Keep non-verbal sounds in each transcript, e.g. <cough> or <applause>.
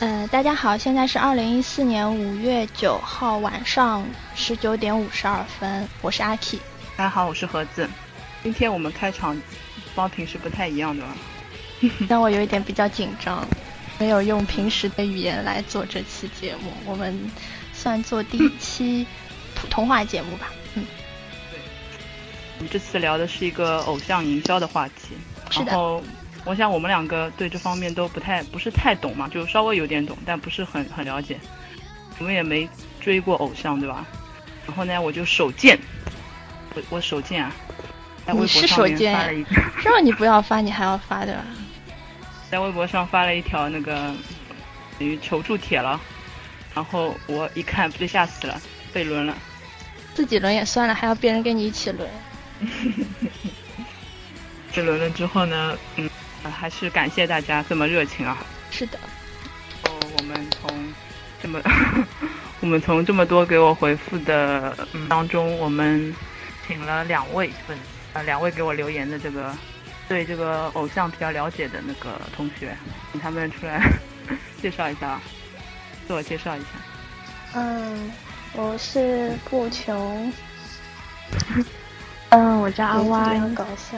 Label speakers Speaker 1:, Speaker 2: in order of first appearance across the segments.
Speaker 1: 呃大家好，现在是二零一四年五月九号晚上十九点五十二分，我是阿 K。
Speaker 2: 大家好，我是盒子。今天我们开场帮平时不太一样的吧？
Speaker 1: 但我有一点比较紧张，没有用平时的语言来做这期节目，我们算做第一期普通话节目吧。嗯，
Speaker 2: 我们这次聊的是一个偶像营销的话题，
Speaker 1: 是
Speaker 2: 然
Speaker 1: 的，
Speaker 2: 后我想我们两个对这方面都不太不是太懂嘛，就稍微有点懂，但不是很很了解。我们也没追过偶像，对吧？然后呢，我就手贱，我我手贱啊，在微
Speaker 1: 你
Speaker 2: 博
Speaker 1: 是
Speaker 2: 上面
Speaker 1: 手贱
Speaker 2: 发
Speaker 1: 呀
Speaker 2: 了一
Speaker 1: 让你不要发，你还要发对吧？
Speaker 2: 在微博上发了一条那个等于求助帖了，然后我一看被吓死了，被轮了。
Speaker 1: 自己轮也算了，还要别人跟你一起轮。
Speaker 2: 被轮了之后呢，嗯，呃还是感谢大家这么热情啊。
Speaker 1: 是的，
Speaker 2: 然后我们从这么 <laughs> 我们从这么多给我回复的、嗯、当中，我们请了两位粉丝呃两位给我留言的这个对这个偶像比较了解的那个同学，请他们出来 <laughs> 介绍一下啊，自我介绍一下。
Speaker 3: 嗯，我是顾琼。嗯，我叫阿歪。搞笑。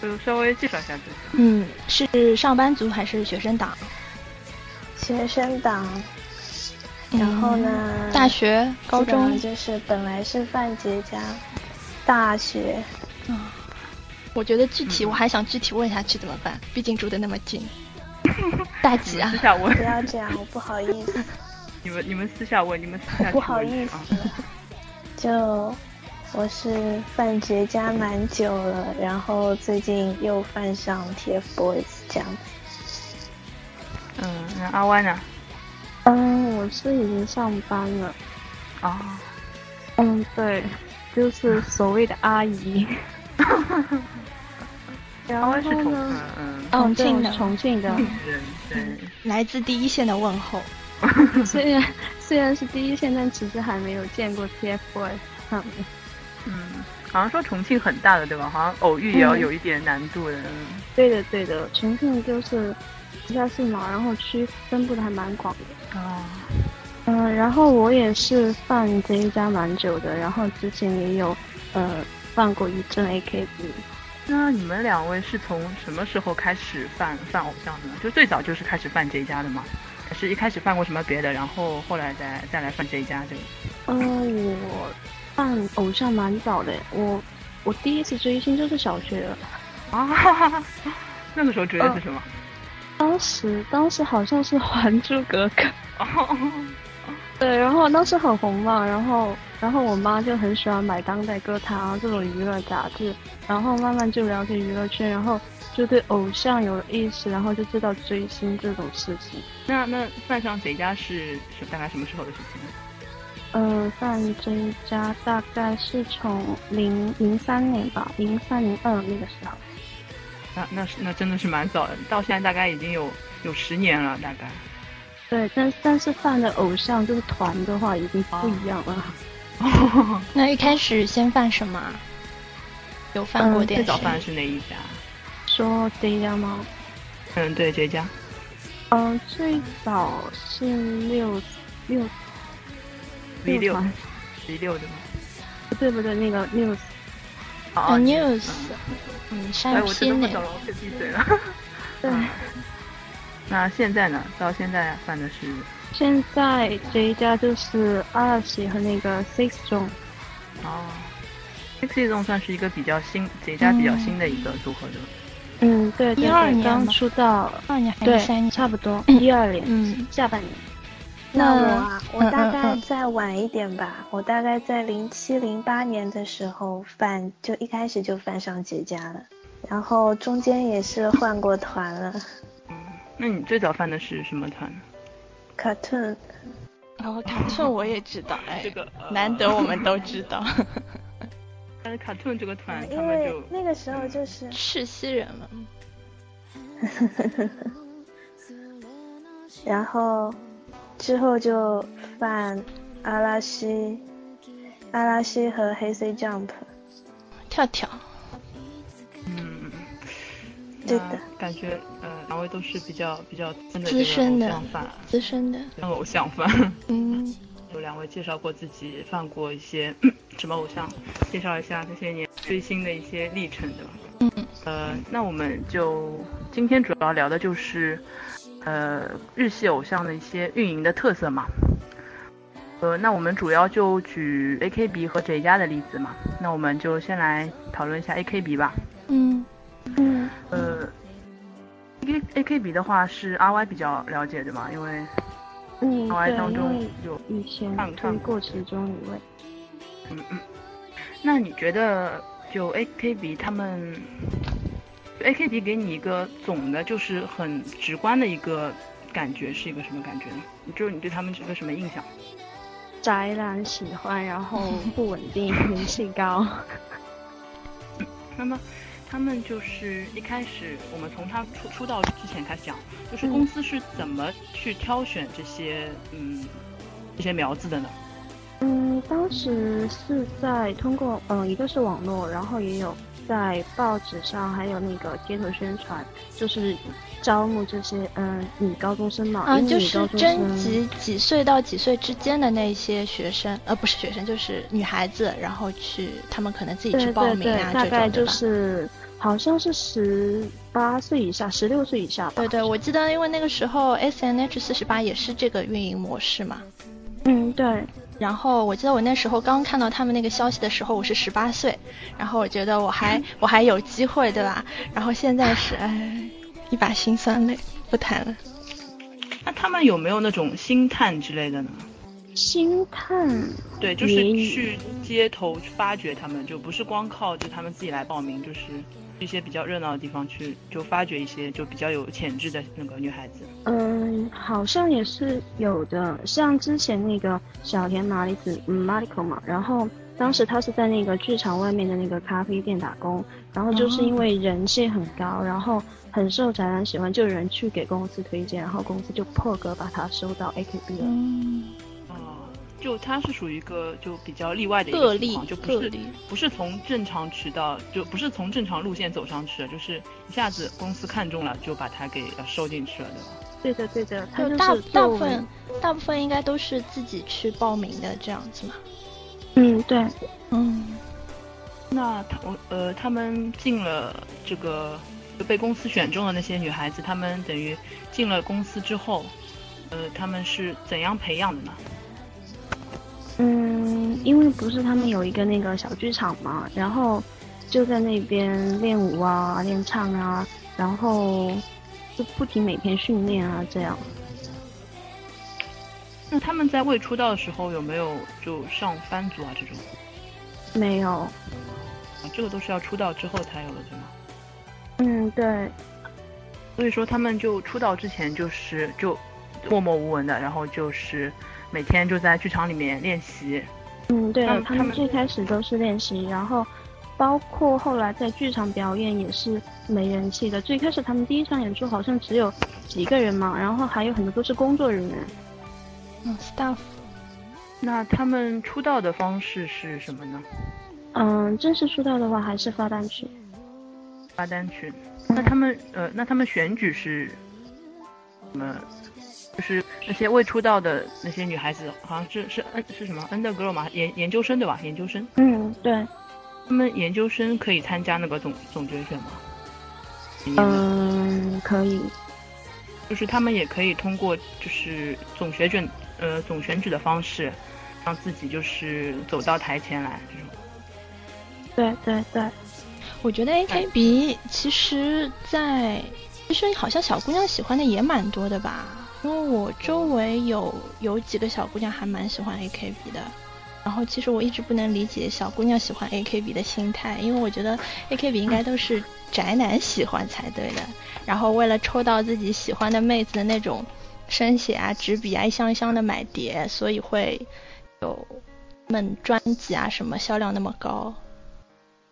Speaker 2: 就稍微介绍一下自己。
Speaker 1: 嗯，是上班族还是学生党？
Speaker 3: 学生党，然后呢？
Speaker 4: 呃
Speaker 1: 嗯？大学、高
Speaker 3: 基本上
Speaker 1: 中？
Speaker 3: 就是本来是范杰家，大学。
Speaker 1: 我觉得具体
Speaker 2: 嗯
Speaker 1: 我还想具体问下去怎么办？毕竟住的那么近， <laughs> 大几啊
Speaker 2: 私？下问
Speaker 3: 不要这样，我不好意思，
Speaker 2: 你们，你们私下问，你们私下
Speaker 3: 不
Speaker 2: 去
Speaker 3: 好
Speaker 2: 问
Speaker 3: 意思
Speaker 2: 啊。。
Speaker 3: 就我是范杰家蛮久了，然后最近又犯上 TFBOYS 这样子。
Speaker 2: 嗯，那阿歪呢？
Speaker 4: 嗯，我是已经上班了。
Speaker 2: 啊，
Speaker 4: 嗯，对，就是所谓的阿姨。 <laughs> 然
Speaker 2: 阿
Speaker 4: 后
Speaker 2: 歪是重
Speaker 4: 呢？哦
Speaker 2: 嗯
Speaker 1: 重
Speaker 4: 对
Speaker 1: 庆
Speaker 4: 我
Speaker 1: 的
Speaker 4: 是重庆的。
Speaker 1: <laughs>
Speaker 2: 嗯，对对，
Speaker 1: 来自第一线的问候。
Speaker 4: 虽然虽然是第一线，但其实还没有见过 TFBOYS 他们。
Speaker 2: 嗯，好像说重庆很大的对吧？好像偶遇也要有一点难度的。嗯
Speaker 4: 对的，对的，重庆就是直辖市嘛，然后区分布的还蛮广的。
Speaker 2: 哦，
Speaker 4: 嗯，然后我也是放这一家蛮久的，然后之前也有呃放过一阵 AKB。
Speaker 2: 那你们两位是从什么时候开始犯犯偶像的呢？就最早就是开始犯这一家的吗？还是一开始犯过什么别的，然后后来再再来犯这一家这个？
Speaker 4: 嗯，我办偶像蛮早的，我我第一次追星就是小学了，
Speaker 2: 啊，那个时候追的是什么？
Speaker 4: 当时当时好像是《 <laughs> 还珠格 <laughs> 格》，
Speaker 2: 哦，
Speaker 4: 对，然后当时很红嘛，然后然后我妈就很喜欢买当代歌坛啊这种娱乐杂志，然后慢慢就了解娱乐圈，然后就对偶像有了意识，然后就知道追星这种事情。
Speaker 2: <laughs> 那那犯上谁家是是大概什么时候的事情呢？
Speaker 4: 呃，范追加大概是从零零三年吧，零三零二那个时候。
Speaker 2: 那那是那真的是蛮早的，到现在大概已经有有十年了，大概。
Speaker 4: 对，但但是犯的偶像就是团的话，已经不一样了。
Speaker 1: 那一开始先犯什么啊？有犯过
Speaker 4: 嗯
Speaker 1: 点
Speaker 2: 最
Speaker 1: 什
Speaker 2: 早
Speaker 1: 么？
Speaker 2: 犯的是哪一家？
Speaker 4: 说这样吗？
Speaker 2: 嗯，对，这家。
Speaker 4: 嗯，最早是六六
Speaker 2: V 六
Speaker 4: 团，
Speaker 2: V 六对吗？
Speaker 4: 不对不对，那个六
Speaker 2: 哦
Speaker 1: 啊
Speaker 2: 你
Speaker 1: news，
Speaker 2: 嗯
Speaker 1: 嗯，
Speaker 2: 哎，
Speaker 1: 山
Speaker 2: 我
Speaker 1: 西
Speaker 2: 真
Speaker 1: 那
Speaker 2: 的不懂
Speaker 1: 个
Speaker 2: 了，我可以闭嘴了。
Speaker 4: 对。
Speaker 2: 嗯那现在呢？到现在犯的是
Speaker 4: 现在这一家就是阿喜和那个 Six 中，
Speaker 2: 哦，Sixty 中算是一个比较新，这家比较新的一个组合对吧？
Speaker 4: 嗯，对对
Speaker 1: 12
Speaker 4: 对，
Speaker 1: 年
Speaker 4: 刚
Speaker 1: 吧
Speaker 4: 出道，
Speaker 1: 二年还是
Speaker 4: 对
Speaker 1: 三，年？
Speaker 4: 差不多
Speaker 1: 嗯
Speaker 4: 一二年，
Speaker 1: 嗯，
Speaker 4: 下半年。
Speaker 3: 那我
Speaker 1: 那
Speaker 3: 啊，我大概
Speaker 1: 嗯嗯嗯
Speaker 3: 再晚一点吧，我大概在零七零八年的时候犯，就一开始就犯上结痂了，然后中间也是换过团了
Speaker 2: 那你最早犯的是什么团呢？
Speaker 3: ，cartoon，
Speaker 1: 然后卡顿我也知 <laughs> 道，哎
Speaker 2: 这个呃
Speaker 1: 哦难得我们都知 <laughs> 道，
Speaker 2: <laughs> 但是 Cartoon 这个团，他
Speaker 3: 因
Speaker 2: 们
Speaker 3: 为
Speaker 2: 就
Speaker 3: 那个时候就是
Speaker 1: 赤西仁嘛，
Speaker 3: 然后之后就犯阿拉西，阿拉西和黑 C Jump，
Speaker 1: 跳跳，
Speaker 2: 嗯，
Speaker 3: 对
Speaker 2: 那
Speaker 3: 的
Speaker 2: 感觉呃，两位都是比较比较资深的这
Speaker 1: 资
Speaker 2: 个
Speaker 1: 深
Speaker 2: 偶
Speaker 1: 的
Speaker 2: 像范，
Speaker 1: 资深的，
Speaker 2: 像偶像范。
Speaker 1: 嗯，
Speaker 2: 有两位介绍过自己犯过一些什么偶像，介绍一下这些年追星的一些历程，对吧？
Speaker 1: 嗯。
Speaker 2: 呃，那我们就今天主要聊的就是，呃，日系偶像的一些运营的特色嘛。呃，那我们主要就举 AKB 和 J 家的例子嘛。那我们就先来讨论一下 AKB 吧。
Speaker 1: 嗯
Speaker 4: 嗯，
Speaker 2: 呃，A A K B 的话是 R Y 比较了解对吗？因为
Speaker 4: 嗯，
Speaker 2: R Y
Speaker 4: 对，
Speaker 2: 当
Speaker 4: 因
Speaker 2: 中
Speaker 4: 为
Speaker 2: 有
Speaker 4: 以前
Speaker 2: 看看
Speaker 4: 推过其中一位。
Speaker 2: 嗯，嗯，那你觉得就 AKB 他们，AKB 给你一个总的就是很直观的一个感觉是一个什么感觉呢？就是你对他们是个什么印象？
Speaker 4: 宅男喜欢，然后
Speaker 1: <laughs>
Speaker 4: 不稳定，人气高。
Speaker 2: 那么他们就是一开始我们从他出出道之前开始讲，就是
Speaker 4: 嗯
Speaker 2: 公司是怎么去挑选这些嗯这些苗子的呢？
Speaker 4: 嗯，当时是在通过呃，一个是网络，然后也有在报纸上，还有那个街头宣传，就是招募这些嗯、呃女高中生嘛，
Speaker 1: 啊，
Speaker 4: 因为
Speaker 1: 就
Speaker 4: 女高
Speaker 1: 是
Speaker 4: 中
Speaker 1: 征
Speaker 4: 生
Speaker 1: 集几岁到几岁之间的那些学生，呃，不是学生，就是女孩子，然后去他们可能自己去
Speaker 4: 对
Speaker 1: 报
Speaker 4: 对
Speaker 1: 名
Speaker 4: 对，
Speaker 1: 啊，
Speaker 4: 大
Speaker 1: 这
Speaker 4: 概
Speaker 1: 种对
Speaker 4: 就
Speaker 1: 吧？
Speaker 4: 是好像是十八岁以下，十六岁以下吧。
Speaker 1: 对对，我记得，因为那个时候 S N H 四十八也是这个运营模式嘛。
Speaker 4: 嗯对，
Speaker 1: 然后我记得我那时候刚看到他们那个消息的时候，我是十八岁，然后我觉得我 <laughs> 还我还有机会，对吧？然后现在是哎，一把辛酸泪，不谈了。
Speaker 2: 那他们有没有那种星探之类的呢？
Speaker 4: 星探
Speaker 2: 对，就是
Speaker 4: 也
Speaker 2: 去街头去发掘他们，就不是光靠就他们自己来报名，就是一些比较热闹的地方去就发掘一些就比较有潜质的那个女孩子。
Speaker 4: 嗯，好像也是有的，像之前那个小田麻里子，嗯，Mariko 嘛，然后当时他是在那个剧场外面的那个咖啡店打工，然后就是因
Speaker 1: 哦
Speaker 4: 为人气很高，然后很受宅男喜欢，就有人去给公司推荐，然后公司就破格把他收到 AKB 了。
Speaker 1: 嗯，
Speaker 2: 哦，就她是属于一个就比较例外的一
Speaker 1: 个
Speaker 2: 个
Speaker 1: 例
Speaker 2: 情况，就不
Speaker 1: 个
Speaker 2: 是
Speaker 1: 例。
Speaker 2: 不是从正常渠道，就不是从正常路线走上去的，就是一下子公司看中了，就把她给呃收进去了，对吧？
Speaker 4: 对的，对的，他
Speaker 1: 就
Speaker 4: 就
Speaker 1: 大
Speaker 4: 是
Speaker 1: 大
Speaker 4: 作
Speaker 1: 部
Speaker 4: 为
Speaker 1: 分大部分应该都是自己去报名的这样子嘛。
Speaker 4: 嗯，对，
Speaker 1: 嗯，
Speaker 2: 那他我呃，他们进了这个就被公司选中的那些女孩子，她们等于进了公司之后，呃，她们是怎样培养的呢？
Speaker 4: 嗯，因为不是他们有一个那个小剧场嘛，然后就在那边练舞啊、练唱啊，然后就不停每天训练啊，这样。
Speaker 2: 那她们在未出道的时候有没有就上番组啊这种？
Speaker 4: 没有，
Speaker 2: 啊，这个都是要出道之后才有的，对吗？
Speaker 4: 嗯，对，
Speaker 2: 所以说她们就出道之前就是就默默无闻的，然后就是每天就在剧场里面练习，
Speaker 4: 嗯，对
Speaker 2: 他
Speaker 4: 了，
Speaker 2: 们
Speaker 4: 他
Speaker 2: 他
Speaker 4: 们
Speaker 2: 们
Speaker 4: 最开始都是练习，然后包括后来在剧场表演也是没人气的。最开始他们第一场演出好像只有几个人嘛，然后还有很多都是工作人员。
Speaker 1: 嗯，staff
Speaker 2: 那她们出道的方式是什么呢？
Speaker 4: 嗯，正式出道的话还是发单曲。
Speaker 2: 发单曲。那他们呃，那他们选举是什么？就是那些未出道的那些女孩子，好像是是 N 是什么 undergirl 嘛，研研究生对吧？研究生，
Speaker 4: 嗯，对。
Speaker 2: 他们研究生可以参加那个总总决选吗？明年的
Speaker 4: 嗯，可以。
Speaker 2: 就是他们也可以通过就是总选举呃总选举的方式，让自己就是走到台前来这种。
Speaker 4: 对对对，
Speaker 1: 我觉得 AKB 其实在，其实好像小姑娘喜欢的也蛮多的吧，因为我周围有有几个小姑娘还蛮喜欢 AKB 的。然后其实我一直不能理解小姑娘喜欢 AKB 的心态，因为我觉得 AKB 应该都是宅男喜欢才对的。然后为了抽到自己喜欢的妹子的那种生写啊、纸笔啊，一箱一箱的买碟，所以会有们专辑啊什么销量那么高。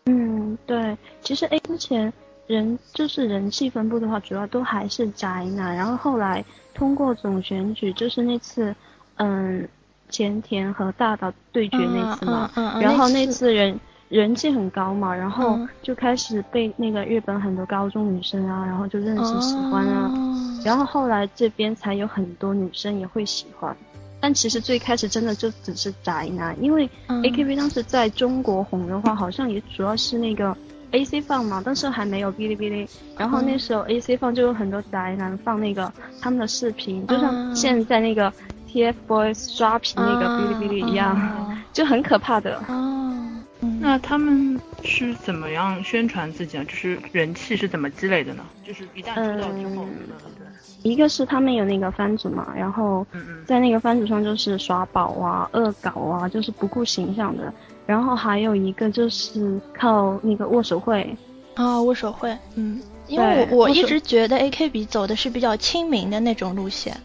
Speaker 4: 嗯对，其实 A 之前人就是人气分布的话，主要都还是宅男，然后后来通过总选举，就是那次，嗯，前田和大岛对决那次嘛，
Speaker 1: 嗯嗯嗯嗯
Speaker 4: 然后
Speaker 1: 那
Speaker 4: 那
Speaker 1: 次
Speaker 4: 次人人气很高嘛，然后
Speaker 1: 嗯
Speaker 4: 就开始被那个日本很多高中女生啊，然后就认识喜欢啊，
Speaker 1: 哦
Speaker 4: 然后后来这边才有很多女生也会喜欢，但其实最开始真的就只是宅男，因为
Speaker 1: 嗯
Speaker 4: AKB 当时在中国红的话，好像也主要是那个 AC 放嘛，但是还没有哔哩哔哩。然后
Speaker 1: 嗯
Speaker 4: 那时候 AC 放就有很多宅男放那个他们的视频，就像
Speaker 1: 嗯
Speaker 4: 现在那个 TFBOYS 刷屏那个哔哩哔哩一样，
Speaker 1: 哦
Speaker 4: <laughs> 就很可怕的。 <laughs>
Speaker 1: 哦，嗯
Speaker 2: 那他们是怎么样宣传自己啊？就是人气是怎么积累的呢？就是一旦出道之后，
Speaker 4: 嗯
Speaker 2: 嗯对
Speaker 4: 一个是他们有那个番组嘛，然后
Speaker 2: 嗯嗯
Speaker 4: 在那个番组上就是耍宝啊、恶搞啊，就是不顾形象的。然后还有一个就是靠那个握手会，
Speaker 1: 啊，握手会，嗯，因
Speaker 4: 对
Speaker 1: 为我我
Speaker 4: 握手
Speaker 1: 一直觉得 AKB 走的是比较亲民的那种路线，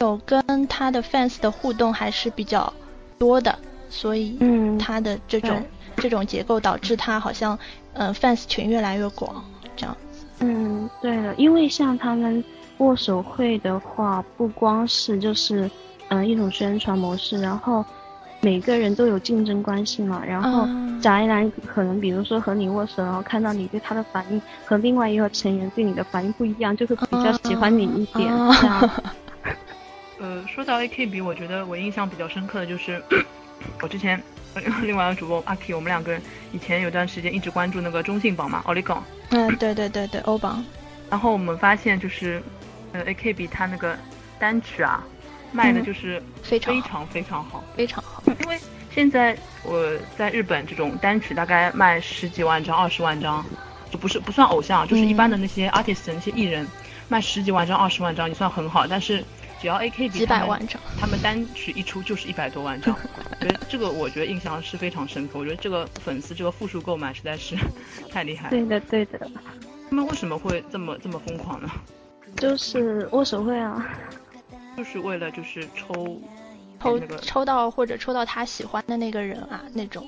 Speaker 1: 有跟他的 fans 的互动还是比较多的，所以
Speaker 4: 嗯，
Speaker 1: 他的这种、这种结构导致他好像嗯、呃 fans 群越来越广，这样，
Speaker 4: 嗯，对了，因为像他们握手会的话，不光是就是嗯、呃一种宣传模式，然后每个人都有竞争关系嘛，然后
Speaker 1: 嗯
Speaker 4: 宅男可能比如说和你握手，然后看到你对他的反应和另外一个成员对你的反应不一样，就会比较喜欢你一点，
Speaker 1: 嗯
Speaker 4: 这样。
Speaker 2: 呃，说到 AKB，我觉得我印象比较深刻的就是我之前 <laughs> 另外一个主播阿 K，我们两个人以前有段时间一直关注那个中性榜嘛 o l i g o n
Speaker 1: 嗯，对对对对，欧榜，
Speaker 2: 然后我们发现就是呃 AKB 它那个单曲啊卖的
Speaker 1: 嗯
Speaker 2: 就是
Speaker 1: 非常
Speaker 2: 非
Speaker 1: 好
Speaker 2: 常非常好，
Speaker 1: 非常好，
Speaker 2: 因为现在我呃在日本这种单曲大概卖十几万张、二十万张，就不是不算偶像，就是一般的那些 artist、那些艺人，卖十几万张、二十万张也算很好。但是只要 AKB
Speaker 1: 几百万张，
Speaker 2: 他们，他们单曲一出就是一百多万张，
Speaker 1: <laughs>
Speaker 2: 我觉得这个我觉得印象是非常深刻。我觉得这个粉丝这个复数购买实在是 <laughs> 太厉害了。
Speaker 4: 对的，对的，
Speaker 2: 他们为什么会这么这么疯狂呢？
Speaker 4: 就是握手会啊。
Speaker 2: 就是为了就是抽
Speaker 1: 抽
Speaker 2: 那个
Speaker 1: 抽到或者抽到他喜欢的那个人啊那种，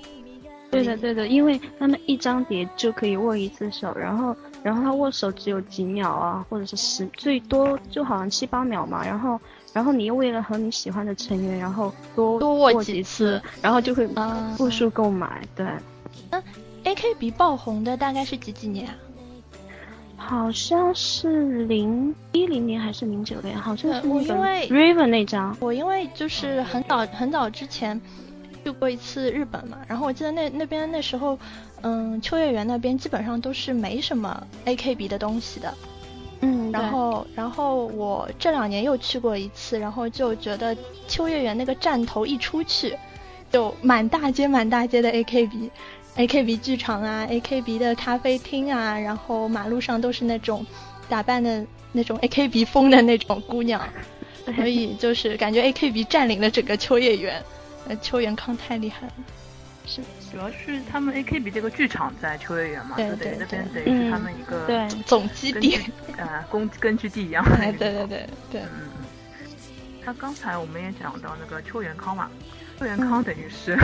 Speaker 4: 对
Speaker 1: 嗯
Speaker 4: 的，对的，因为他们一张碟就可以握一次手，然后，然后他握手只有几秒啊，或者是十，最多就好像七八秒嘛。然后，然后你又为了和你喜欢的成员，然后多
Speaker 1: 多握
Speaker 4: 握
Speaker 1: 几
Speaker 4: 次
Speaker 1: 次，
Speaker 4: 然后就会
Speaker 1: 啊
Speaker 4: 复数购买。对，
Speaker 1: AKB 爆红的大概是几几年啊？
Speaker 4: 好像是零一零年还是零九年，好像
Speaker 1: 呃
Speaker 4: 是
Speaker 1: 我
Speaker 4: 那个
Speaker 1: 因为
Speaker 4: Raven 那张。
Speaker 1: 我因为就是很早很早之前去过一次日本嘛，然后我记得那那边那时候，嗯，秋叶原那边基本上都是没什么 AKB 的东西的。
Speaker 4: 嗯，
Speaker 1: 然后，然后我这两年又去过一次，然后就觉得秋叶原那个站头一出去，就满大街满大街的 AKB。AKB 剧场啊，AKB 的咖啡厅啊，然后马路上都是那种打扮的那种 AKB 风的那种姑 <laughs> 娘，
Speaker 4: 对
Speaker 1: 所以就是感觉 AKB 占领了整个秋叶原，呃，秋元康太厉害了。
Speaker 2: 主要是他们 AKB 这个剧场在秋叶原嘛，
Speaker 1: 对
Speaker 2: 就等于
Speaker 1: 对
Speaker 2: 那边等
Speaker 1: 对
Speaker 2: 于是他
Speaker 4: 嗯
Speaker 2: 们一个
Speaker 4: <laughs> 对，
Speaker 1: 总基
Speaker 2: 根
Speaker 1: 地
Speaker 2: 据，呃根根据地一样
Speaker 1: 哎， <laughs> 对对对对，
Speaker 2: 嗯，那刚才我们也讲到那个邱元康嘛，邱元康等于是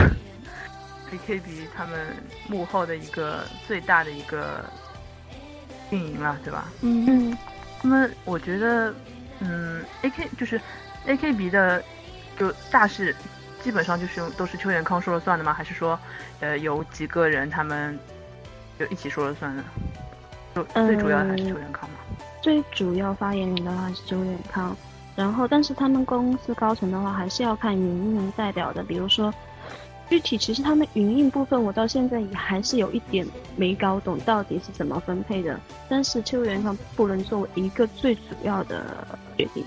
Speaker 2: AKB 他们幕后的一个最大的一个运营了，对吧？
Speaker 1: 嗯，
Speaker 4: 嗯，
Speaker 2: 那么我觉得，嗯，AK 就是 AKB 的就大事，基本上就是用都是邱元康说了算的吗？还是说，呃，有几个人他们就一起说了算的？就最主要还是邱元康嘛。
Speaker 4: 最主要发言人的话是周远康，然后但是他们公司高层的话还是要看云印代表的，比如说具体其实他们云印部分我到现在也还是有一点没搞懂到底是怎么分配的，但是邱元康不能作为一个最主要的决定。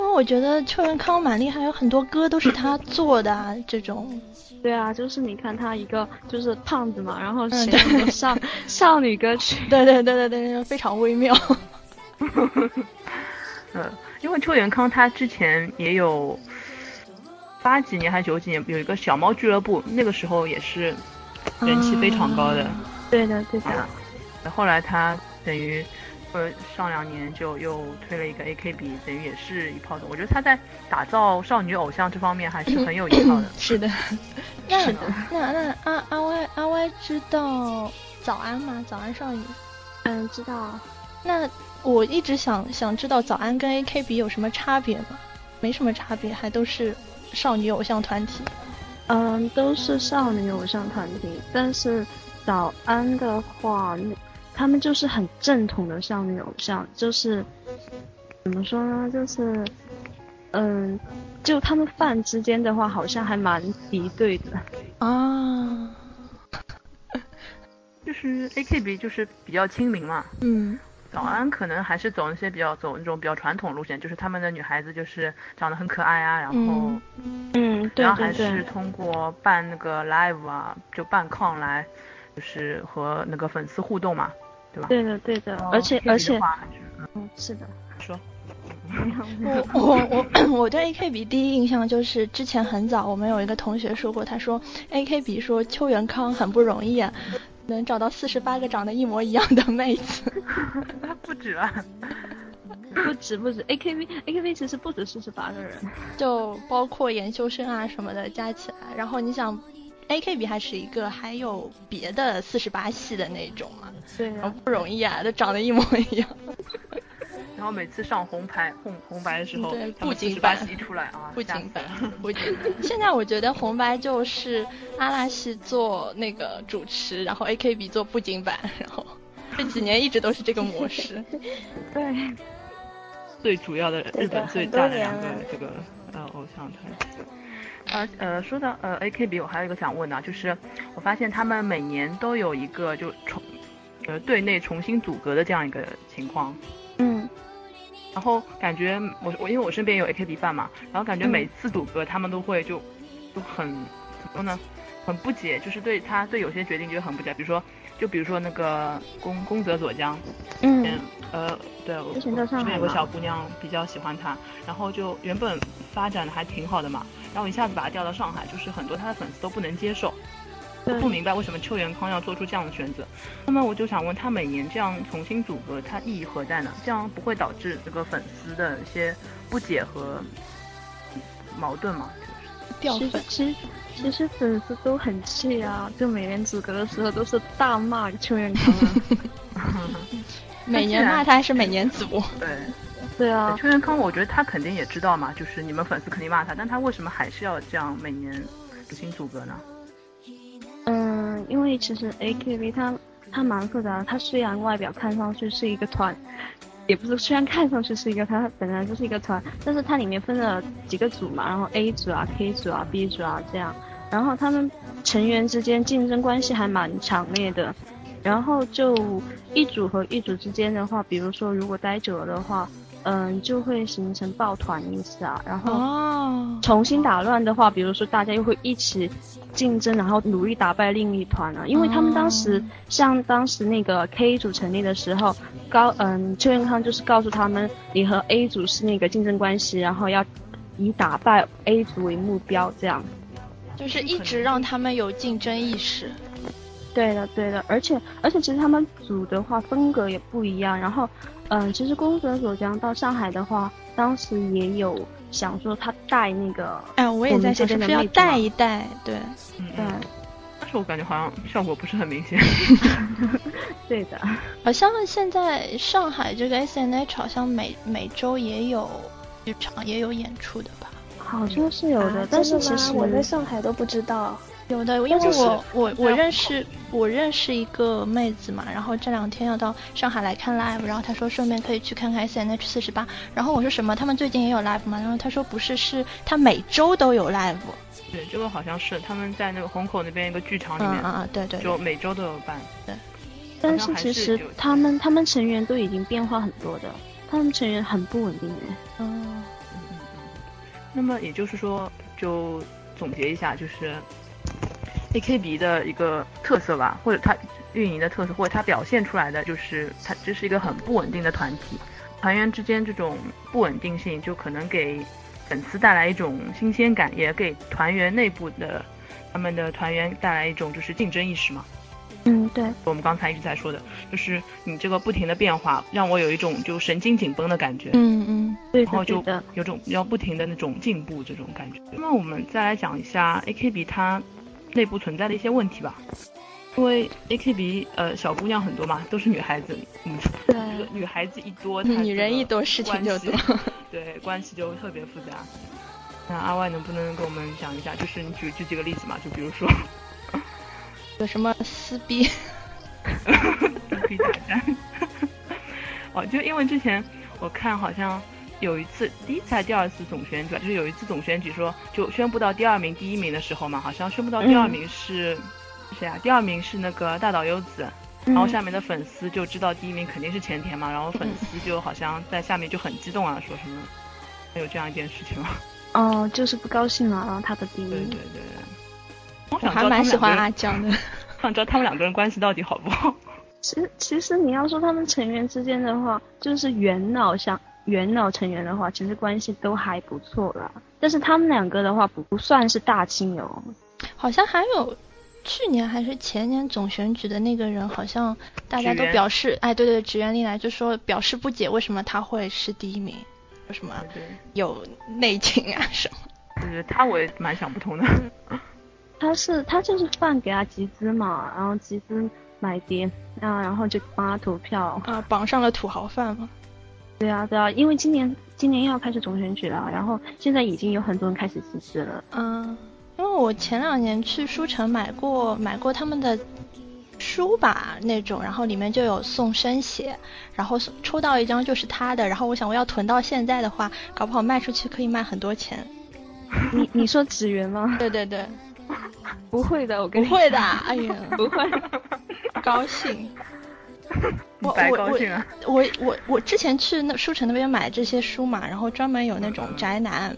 Speaker 1: 因为我觉得邱元康蛮厉害，有很多歌都是他做的啊，这种，
Speaker 4: 对啊，就是你看他一个就是胖子嘛，然后
Speaker 1: 嗯
Speaker 4: 写
Speaker 1: 对
Speaker 4: 很多少、少女歌曲，
Speaker 1: <laughs> 对对对对对，非常微 <laughs> 妙。。
Speaker 2: 呃，因为邱元康他之前也有八几年还是九几年有一个小猫俱乐部，那个时候也是人气非常高的。
Speaker 4: <laughs> 对的对的，
Speaker 2: 啊后来他等于呃上两年就又推了一个 AKB，等于也是一炮的。我觉得他在打造少女偶像这方面还是很有一套的
Speaker 1: 嗯是的，那那那阿阿歪阿歪知道早安吗？早安少女。
Speaker 4: 嗯，知道。
Speaker 1: 那我一直想想知道早安跟 AKB 有什么差别吗？没什么差别，还都是少女偶像团体。
Speaker 4: 嗯，都是少女偶像团体，但是早安的话，他们就是很正统的少女偶像，就是怎么说呢，就是嗯，就他们饭之间的话，好像还蛮敌对的。
Speaker 1: 啊，
Speaker 2: 就是 AKB 就是比较亲民嘛。
Speaker 1: 嗯
Speaker 2: 早安可能还是走一些比较走那种比较传统路线，就是他们的女孩子就是长得很可爱啊，然后、
Speaker 1: 嗯
Speaker 4: 嗯，对
Speaker 2: 然后还
Speaker 4: 对
Speaker 2: 是
Speaker 4: 对，
Speaker 2: 通过办那个 live 啊，就办 con 来，就是和那个粉丝互动嘛，对吧？
Speaker 4: 对的对的，而且
Speaker 2: AKB 的
Speaker 4: 哦而且，
Speaker 2: 话还是嗯
Speaker 4: 嗯，是的，
Speaker 2: 说 <laughs>
Speaker 1: 我我我我对 AKB 第一印象就是之前很早我们有一个同学说过，他说 AKB 说邱元康很不容易啊，能找到四十八个长得一模一样的妹子。
Speaker 2: 不止啊了，
Speaker 4: 不止不止，AKB AKB 其实不止四十八个人。
Speaker 1: 就包括研修生啊什么的加起来。然后你想，AKB 还是一个，还有别的四十八系的那种嘛，
Speaker 4: 对
Speaker 1: 然后不容易啊，都长得一模一样，
Speaker 2: 然后每次上红牌红红白的时候，
Speaker 1: 对
Speaker 2: 他
Speaker 1: 不
Speaker 2: 们
Speaker 1: 仅
Speaker 2: 48
Speaker 1: 版
Speaker 2: 席出来啊，
Speaker 1: 不
Speaker 2: 吓
Speaker 1: 仅
Speaker 2: 死
Speaker 1: 版
Speaker 2: 了，
Speaker 1: 不仅版。现在我觉得红白就是阿拉西做那个主持，然后 AKB 做布景版，然后这几年一直都是这个模式。
Speaker 4: 对，
Speaker 2: 最主要的
Speaker 3: 对
Speaker 2: 日
Speaker 3: 的
Speaker 2: 本最
Speaker 3: 很多
Speaker 2: 大的
Speaker 3: 年
Speaker 2: 两个
Speaker 3: 了
Speaker 2: 这个呃偶像团体。呃呃，说到呃 AKB，我还有一个想问的啊，就是我发现他们每年都有一个就重呃队内重新组阁的这样一个情况，
Speaker 4: 嗯，
Speaker 2: 然后感觉我我因为我身边有 AKB 饭嘛，然后感觉
Speaker 4: 嗯
Speaker 2: 每次组阁他们都会就就很怎么说呢，很不解，就是对他对有些决定就很不解，比如说就比如说那个宫宫泽佐江，
Speaker 4: 嗯
Speaker 2: 前，呃，对，我
Speaker 4: 之前在上
Speaker 2: 这边
Speaker 4: 海
Speaker 2: 有个
Speaker 4: 嘛
Speaker 2: 小姑娘比较喜欢他，然后就原本发展的还挺好的嘛，然后一下子把他调到上海，就是很多他的粉丝都不能接受，都
Speaker 4: 对
Speaker 2: 不明白为什么邱元康要做出这样的选择。那么我就想问，他每年这样重新组合，它意义何在呢？这样不会导致这个粉丝的一些不解和矛盾吗？就是
Speaker 1: <laughs> 掉
Speaker 4: 其实
Speaker 1: 粉，
Speaker 4: 其实其实粉丝都很气啊，就每年组阁的时候都是大骂邱元康 <laughs> 啊。
Speaker 1: 每年骂他还是每年组，
Speaker 2: 对，
Speaker 4: 对啊，
Speaker 2: 邱元康，我觉得他肯定也知道嘛，就是你们粉丝肯定骂他，但他为什么还是要这样每年重新组合呢？
Speaker 4: 嗯，因为其实 AKB 它它蛮复杂的，它虽然外表看上去是一个团，也不是虽然看上去是一个团，它本来就是一个团，但是它里面分了几个组嘛，然后 A 组啊、K 组啊、B 组啊这样，然后他们成员之间竞争关系还蛮强烈的，然后就一组和一组之间的话，比如说如果待久了的话，嗯，就会形成抱团意识啊，然后。
Speaker 1: 哦，
Speaker 4: 重新打乱的话，比如说大家又会一起竞争，然后努力打败另一团啊。因为他们当时、像当时那个 K 组成立的时候，高嗯邱元康就是告诉他们，你和 A 组是那个竞争关系，然后要以打败 A 组为目标，这样。
Speaker 1: 就是一直让他们有竞争意识。
Speaker 4: 对的，对的，而且而且其实他们组的话风格也不一样。然后，嗯、其实宫泽佐江到上海的话，当时也有想说他带那个，
Speaker 1: 哎，我也
Speaker 4: 我们
Speaker 1: 在
Speaker 4: 这
Speaker 1: 想是不
Speaker 4: 边的
Speaker 1: 是要
Speaker 4: 妹子嘛
Speaker 1: 带一带，对。
Speaker 2: 嗯，
Speaker 4: 对
Speaker 2: 但是我感觉好像效果不是很明显。
Speaker 4: 对的，
Speaker 1: 好呃像现在上海这个 S N H 好像每每周也有剧场也有演出的吧？
Speaker 4: 好像是有的，
Speaker 3: 啊
Speaker 4: 但
Speaker 3: 真
Speaker 4: 是
Speaker 3: 的
Speaker 4: 其
Speaker 3: 吗
Speaker 4: 实
Speaker 3: 我在上海都不知道。
Speaker 1: 有的，因为我我我认识我认识一个妹子嘛，然后这两天要到上海来看 live，然后她说顺便可以去看看 S N H 四十八，然后我说什么？他们最近也有 live 吗？然后她说不是，是她每周都有 live。
Speaker 2: 对，这个好像是他们在那个虹口那边一个剧场里
Speaker 1: 嗯
Speaker 2: 面，
Speaker 1: 啊啊，对对对
Speaker 2: 就每周都有办。
Speaker 4: 但是其实他们他们成员都已经变化很多的，他们成员很不稳定哎。
Speaker 1: 嗯，
Speaker 2: 嗯嗯嗯。那么也就是说，就总结一下，就是 AKB 的一个特色吧，或者它运营的特色，或者它表现出来的，就是它这是一个很不稳定的团体，团员之间这种不稳定性，就可能给粉丝带来一种新鲜感，也给团员内部的他们的团员带来一种就是竞争意识嘛。
Speaker 4: 嗯，对，
Speaker 2: 我们刚才一直在说的，就是你这个不停的变化，让我有一种就神经紧绷的感觉，
Speaker 1: 嗯嗯，
Speaker 4: 对
Speaker 2: 然后
Speaker 4: 的，对
Speaker 2: 就
Speaker 4: 的。
Speaker 2: 有种要不停的那种进步这种感觉。那么我们再来讲一下 AKB 它内部存在的一些问题吧，因为 AKB 呃小姑娘很多嘛，都是女孩子，嗯，
Speaker 4: 对，
Speaker 2: 这个女孩子一多，她
Speaker 1: 女人一
Speaker 2: 多，
Speaker 1: 多事情就多。
Speaker 2: 对，关系就特别复杂。那阿外能不能给我们讲一下？就是你举举几个例子嘛？就比如说
Speaker 1: 有什么撕逼？
Speaker 2: 可以打战。 <laughs> 哦，就因为之前我看好像有一次，第一次还是第二次总选举吧，就是有一次总选举说，就宣布到第二名、第一名的时候嘛，好像宣布到第
Speaker 1: 嗯
Speaker 2: 二名是、谁啊？第二名是那个大岛优子，
Speaker 1: 嗯
Speaker 2: 然后下面的粉丝就知道第一名肯定是前田嘛，然后粉丝就好像在下面就很激动啊，说什么有这样一件事情吗？啊
Speaker 4: 哦，就是不高兴嘛，然后他的第
Speaker 2: <laughs>
Speaker 4: 一
Speaker 2: 对对对
Speaker 4: 名。
Speaker 2: 对。我
Speaker 1: 我
Speaker 2: 想知
Speaker 1: 还
Speaker 2: 道他
Speaker 1: 蛮
Speaker 2: 们
Speaker 1: 喜
Speaker 2: 两个
Speaker 1: 欢啊
Speaker 2: 人，
Speaker 1: 阿江的。
Speaker 2: 想知道他们两个人关系到底好
Speaker 1: <laughs>
Speaker 2: 不好？
Speaker 4: 其实其实你要说他们成员之间的话，就是元老像元老成员的话，其实关系都还不错啦。但是他们两个的话，不不算是大亲友。
Speaker 1: 好像还有去年还是前年总选举的那个人，好像大家
Speaker 2: 职
Speaker 1: 都
Speaker 2: 员
Speaker 1: 表示，哎，对对，职员历来就说表示不解为什么他会是第一名，说什么
Speaker 2: 对，
Speaker 1: 有内情啊什么。
Speaker 2: 就是他我也蛮想不通的。
Speaker 1: 嗯
Speaker 4: 他是他就是饭给他集资嘛，然后集资买碟啊，然后就帮他投票。
Speaker 1: <laughs> 啊，绑上了土豪饭嘛。
Speaker 4: 对啊对啊，因为今年今年要开始总选举了，然后现在已经有很多人开始集资了。
Speaker 1: 嗯，因为我前两年去书城买过买过他们的书吧那种，然后里面就有送生写，然后送抽到一张就是他的，然后我想我要囤到现在的话，搞不好卖出去可以卖很多钱。
Speaker 4: 你你说纸源
Speaker 1: <laughs>
Speaker 4: 吗？<laughs>
Speaker 1: 对对对，
Speaker 4: 不会的，我跟
Speaker 1: 不
Speaker 4: 你
Speaker 1: 会的，哎呀，
Speaker 4: 不会。
Speaker 1: <laughs> 高兴。
Speaker 2: 你
Speaker 1: 我
Speaker 2: 白
Speaker 1: 我
Speaker 2: 高
Speaker 1: 我
Speaker 2: 兴啊！
Speaker 1: 我我我之前去那书城那边买这些书嘛，然后专门有那种宅男，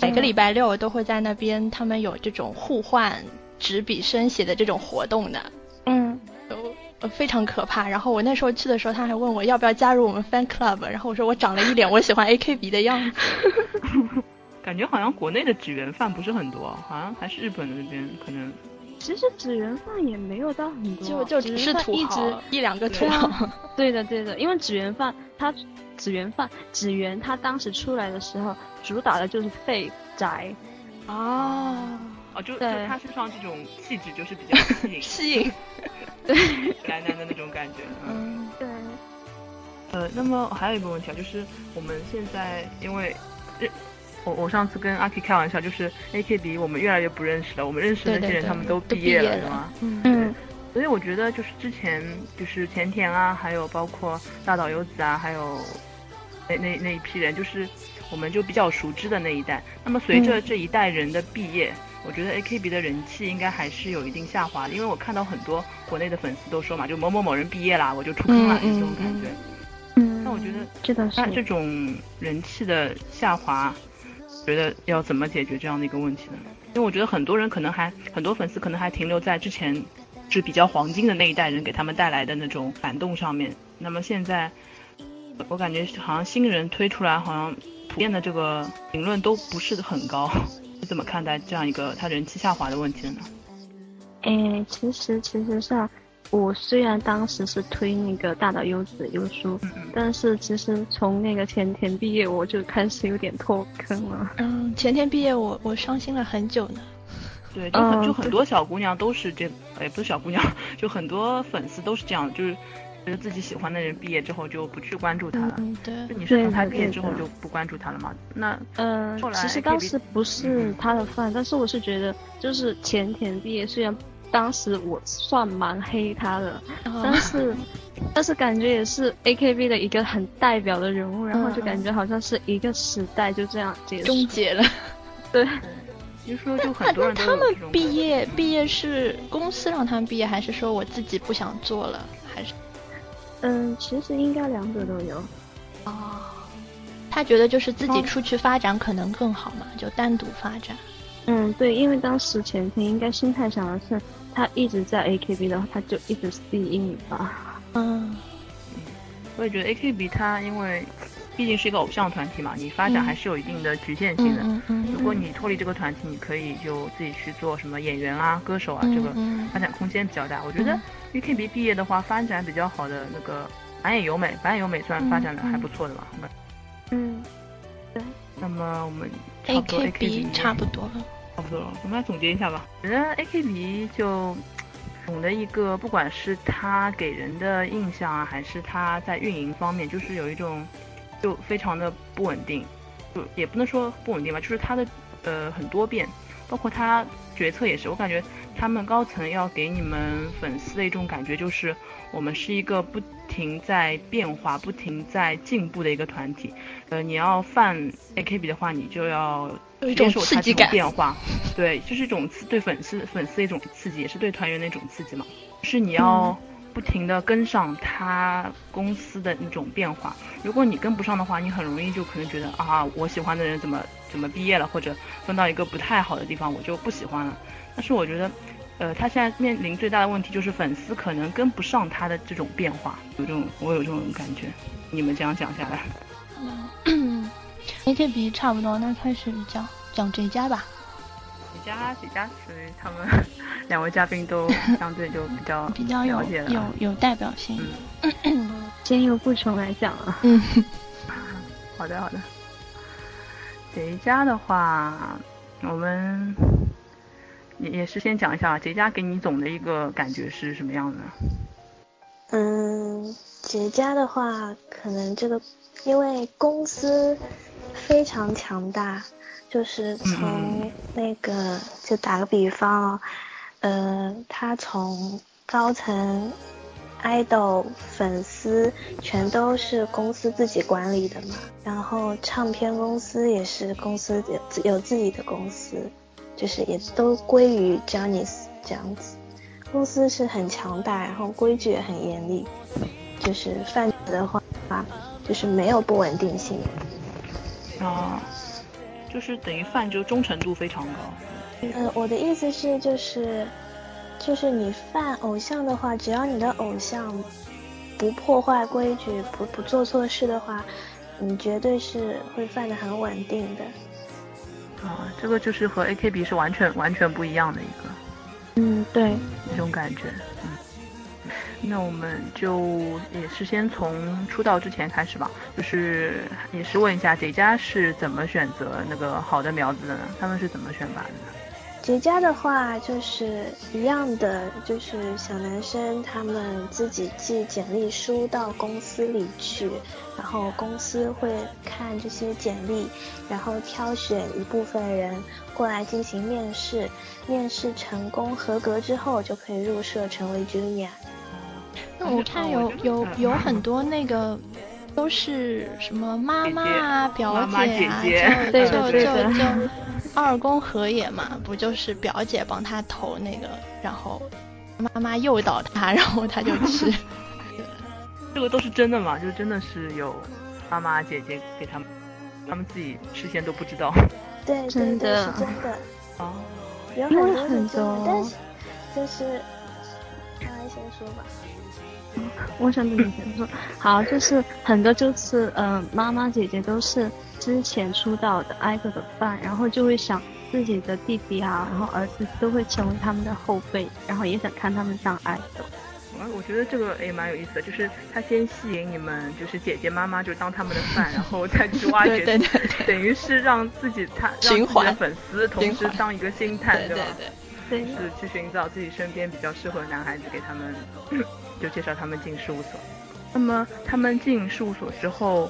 Speaker 1: 每个礼拜六都会在那边，他们有这种互换纸笔生写的这种活动的，
Speaker 4: 嗯，
Speaker 1: 呃，非常可怕。然后我那时候去的时候，他还问我要不要加入我们 fan club，然后我说我长了一脸我喜欢 AKB 的样子。
Speaker 2: 感觉好像国内的纸源饭不是很多，好像还是日本的那边可能。
Speaker 4: 其实纸源饭也没有到很多，
Speaker 1: <laughs> 就
Speaker 4: 啊
Speaker 1: 就
Speaker 4: 纸
Speaker 1: 只
Speaker 4: 源
Speaker 1: 是
Speaker 4: 饭
Speaker 1: 土
Speaker 4: 一直
Speaker 1: 豪，一两个土
Speaker 4: 对啊
Speaker 1: 豪。
Speaker 4: 对的，对的，因为纸源饭它纸源饭纸源它当时出来的时候，主打的就是废宅，
Speaker 1: <laughs> 啊，
Speaker 2: 哦，就就
Speaker 4: 对
Speaker 2: 他身上这种气质就是比较吸
Speaker 1: <laughs>
Speaker 2: 引
Speaker 1: 吸引。
Speaker 2: 宅男的那种感觉。嗯，
Speaker 1: 嗯，
Speaker 4: 对，
Speaker 2: 呃，那么还有一个问题啊，就是我们现在因为日，我我上次跟阿 K 开玩笑，就是 AKB 我们越来越不认识了，我们认识的那
Speaker 1: 对
Speaker 2: 些
Speaker 1: 对
Speaker 2: 人
Speaker 1: 对
Speaker 2: 他们都
Speaker 1: 都
Speaker 2: 毕
Speaker 1: 毕业
Speaker 2: 了，
Speaker 1: 了
Speaker 2: 是吗？
Speaker 4: 嗯，
Speaker 2: 所以我觉得就是之前就是前田啊，还有包括大岛优子啊，还有那那那一批人，就是我们就比较熟知的那一代。那么随
Speaker 1: 嗯
Speaker 2: 着这一代人的毕业，我觉得 AKB 的人气应该还是有一定下滑的，因为我看到很多国内的粉丝都说嘛，就某某某人毕业啦，我就出坑了，
Speaker 1: 嗯
Speaker 2: 就这种感觉。
Speaker 4: 嗯，
Speaker 2: 那我觉得
Speaker 4: 这倒
Speaker 2: 那这
Speaker 4: 是，
Speaker 2: 种人气的下滑，觉得要怎么解决这样的一个问题呢？因为我觉得很多人可能还很多粉丝可能还停留在之前是比较黄金的那一代人给他们带来的那种感动上面。那么现在，我我感觉好像新人推出来，好像普遍的这个评论都不是很高。 <laughs> 你怎么看待这样一个他人气下滑的问题呢？
Speaker 4: 哎，其实其实上，我虽然当时是推那个大岛优子优书，
Speaker 2: 嗯
Speaker 4: 但是其实从那个前田毕业，我就开始有点脱坑了。
Speaker 1: 嗯，前天毕业我我伤心了很久呢。
Speaker 2: 对，就很、
Speaker 4: 嗯
Speaker 2: 就很
Speaker 4: 对
Speaker 2: 多小姑娘都是这，也不是小姑娘， <laughs> 就很多粉丝都是这样，就是觉得自己喜欢的人毕业之后就不去关注他了。
Speaker 1: 嗯， <laughs> 对
Speaker 2: 就。你是从他
Speaker 4: 对
Speaker 2: 毕
Speaker 4: 的
Speaker 2: 业之后
Speaker 4: 对
Speaker 2: 就
Speaker 4: 的
Speaker 2: 不关注他了吗？那
Speaker 4: 嗯
Speaker 2: 后，来
Speaker 4: 其实
Speaker 2: AKB
Speaker 4: 当时不是
Speaker 2: 嗯
Speaker 4: 他的饭，但是我是觉得，就是前田毕业，虽然当时我算蛮黑他的，
Speaker 2: 嗯
Speaker 4: 但
Speaker 1: 啊
Speaker 4: 是， <laughs> 但是感觉也是 A K B 的一个很代表的人物，然后
Speaker 2: 嗯
Speaker 4: 就感觉好像是一个时代就这样结束。
Speaker 1: 终结了。
Speaker 4: 对，
Speaker 2: 其实说就很多人都
Speaker 1: 他
Speaker 2: 有
Speaker 1: 们
Speaker 2: 这种
Speaker 1: 毕业，毕业是公司让他们毕业，还是说我自己不想做了，还是
Speaker 4: 嗯，其实应该两者都有。
Speaker 1: 啊、他觉得就是自己出去发展可能更好嘛，就单独发展。
Speaker 4: 嗯，对，因为当时前田应该心态想的是，他一直在 A K B 的话，他就一直吸引你吧。
Speaker 1: 嗯，
Speaker 2: 我也觉得 AKB 它因为毕竟是一个偶像团体嘛，你发展
Speaker 1: 嗯
Speaker 2: 还是有一定的局限
Speaker 1: 嗯
Speaker 2: 性的。
Speaker 1: 嗯嗯，
Speaker 2: 如果你脱离这个团体，你可以就自己去做什么演员啊、歌手啊，这个
Speaker 1: 嗯
Speaker 2: 发展空间比较大。我觉得 AKB 毕业的话，发展比较好的那个板野友美，板野友美算发展的还不错的吧。
Speaker 4: 嗯，
Speaker 2: 那么我们差
Speaker 1: ，A
Speaker 2: 不多
Speaker 1: K B
Speaker 2: 也
Speaker 1: 差不多了。
Speaker 2: 差不多了，我们来总结一下吧。觉得 AKB 就懂得一个，不管是他给人的印象啊，还是他在运营方面，就是有一种就非常的不稳定，就也不能说不稳定吧，就是他的呃很多变，包括他决策也是，我感觉他们高层要给你们粉丝的一种感觉就是，我们是一个不停在变化、不停在进步的一个团体。呃，你要犯 AKB 的话，你就要
Speaker 1: 有一
Speaker 2: 接
Speaker 1: 种
Speaker 2: 受
Speaker 1: 刺
Speaker 2: 它
Speaker 1: 激
Speaker 2: 这种
Speaker 1: 感。
Speaker 2: 变化，对，就是一种刺对粉丝粉丝的一种刺激，也是对团员的一种刺激嘛。是你
Speaker 1: 嗯
Speaker 2: 要不停的跟上他公司的那种变化，如果你跟不上的话，你很容易就可能觉得啊，我喜欢的人怎么怎么毕业了，或者分到一个不太好的地方，我就不喜欢了。但是我觉得，呃，他现在面临最大的问题就是粉丝可能跟不上他的这种变化，有这种我有这种感觉。你们这样讲下来，
Speaker 5: 嗯 AKB 差不多，那开始讲讲谁家吧，
Speaker 2: 几家几家属于他们 <laughs> 两位嘉宾都相对就比较
Speaker 5: 比较有
Speaker 2: 了解了嗯
Speaker 5: 有有代表性。
Speaker 4: 先由不穷来讲啊，
Speaker 5: 嗯，
Speaker 2: 好的，好的。杰家的话，我们也也是先讲一下杰家给你总的一个感觉是什么样的？
Speaker 3: 嗯，结痂的话，可能这个因为公司非常强大，就是从
Speaker 2: 嗯
Speaker 3: 那个就打个比方哦，呃，他从高层、idol、粉丝全都是公司自己管理的嘛，然后唱片公司也是公司有自有自己的公司，就是也都归于 j a n i c e 这样子。公司是很强大，然后规矩也很严厉，就是贩子的话，就是没有不稳定性。
Speaker 2: 啊，就是等于饭就忠诚度非常高。
Speaker 3: 呃，我的意思是，就是，就是你犯偶像的话，只要你的偶像不破坏规矩，不不做错事的话，你绝对是会犯的很稳定的。
Speaker 2: 啊，这个就是和 AKB 是完全完全不一样的一个。
Speaker 4: 嗯，对，
Speaker 2: 那种感觉。嗯，那我们就也是先从出道之前开始吧，就是也是问一下杰家是怎么选择那个好的苗子的呢？他们是怎么选拔的呢？
Speaker 3: 结痂的话就是一样的，就是小男生他们自己寄简历书到公司里去，然后公司会看这些简历，然后挑选一部分人过来进行面试，面试成功合格之后就可以入社成为 junior。
Speaker 1: 那我
Speaker 2: 哦
Speaker 1: 看有有
Speaker 2: 嗯
Speaker 1: 有很多那个。都是什么妈妈啊、表
Speaker 2: 妈妈
Speaker 1: 姐啊，
Speaker 2: 姐
Speaker 1: 就
Speaker 2: 姐
Speaker 3: <laughs>
Speaker 4: 对
Speaker 1: 就
Speaker 4: 的
Speaker 1: 就
Speaker 4: 对的
Speaker 1: 就二宫和也嘛，不就是表姐帮他投那个，然后妈妈诱导他，然后
Speaker 2: <laughs>
Speaker 1: 他就吃。
Speaker 2: 这个都是真的吗？就真的是有妈妈姐姐给他们，他们自己事先都不知道。
Speaker 3: 对，对
Speaker 4: 真
Speaker 3: 对，
Speaker 4: 的
Speaker 3: 是真的，
Speaker 2: 哦，
Speaker 3: 有很
Speaker 4: 因为
Speaker 3: 多是
Speaker 4: 很
Speaker 3: 真的
Speaker 4: 多，
Speaker 3: 但是就是，刚才先说吧。
Speaker 4: 我想跟你先说，好，就是很多就是呃，妈妈姐姐都是之前出道的 idol 的饭，然后就会想自己的弟弟啊，然后儿子都会成为他们的后辈，然后也想看他们上 idol。
Speaker 2: 我我觉得这个也蛮有意思的，就是他先吸引你们，就是姐姐妈妈就当他们的饭，然后再去挖 <laughs>
Speaker 1: 对
Speaker 2: 掘
Speaker 1: 对对对
Speaker 2: 等于是让自己他让自己
Speaker 1: 循环
Speaker 2: 的粉丝同
Speaker 1: 循
Speaker 2: 时
Speaker 1: 环
Speaker 2: 当一个星探，
Speaker 1: 对对
Speaker 2: 吧？
Speaker 1: 对，
Speaker 4: 对
Speaker 2: 就，是去寻找自己身边比较适合的男孩子，给他们就介绍他们进事务所。那么他们进事务所之后，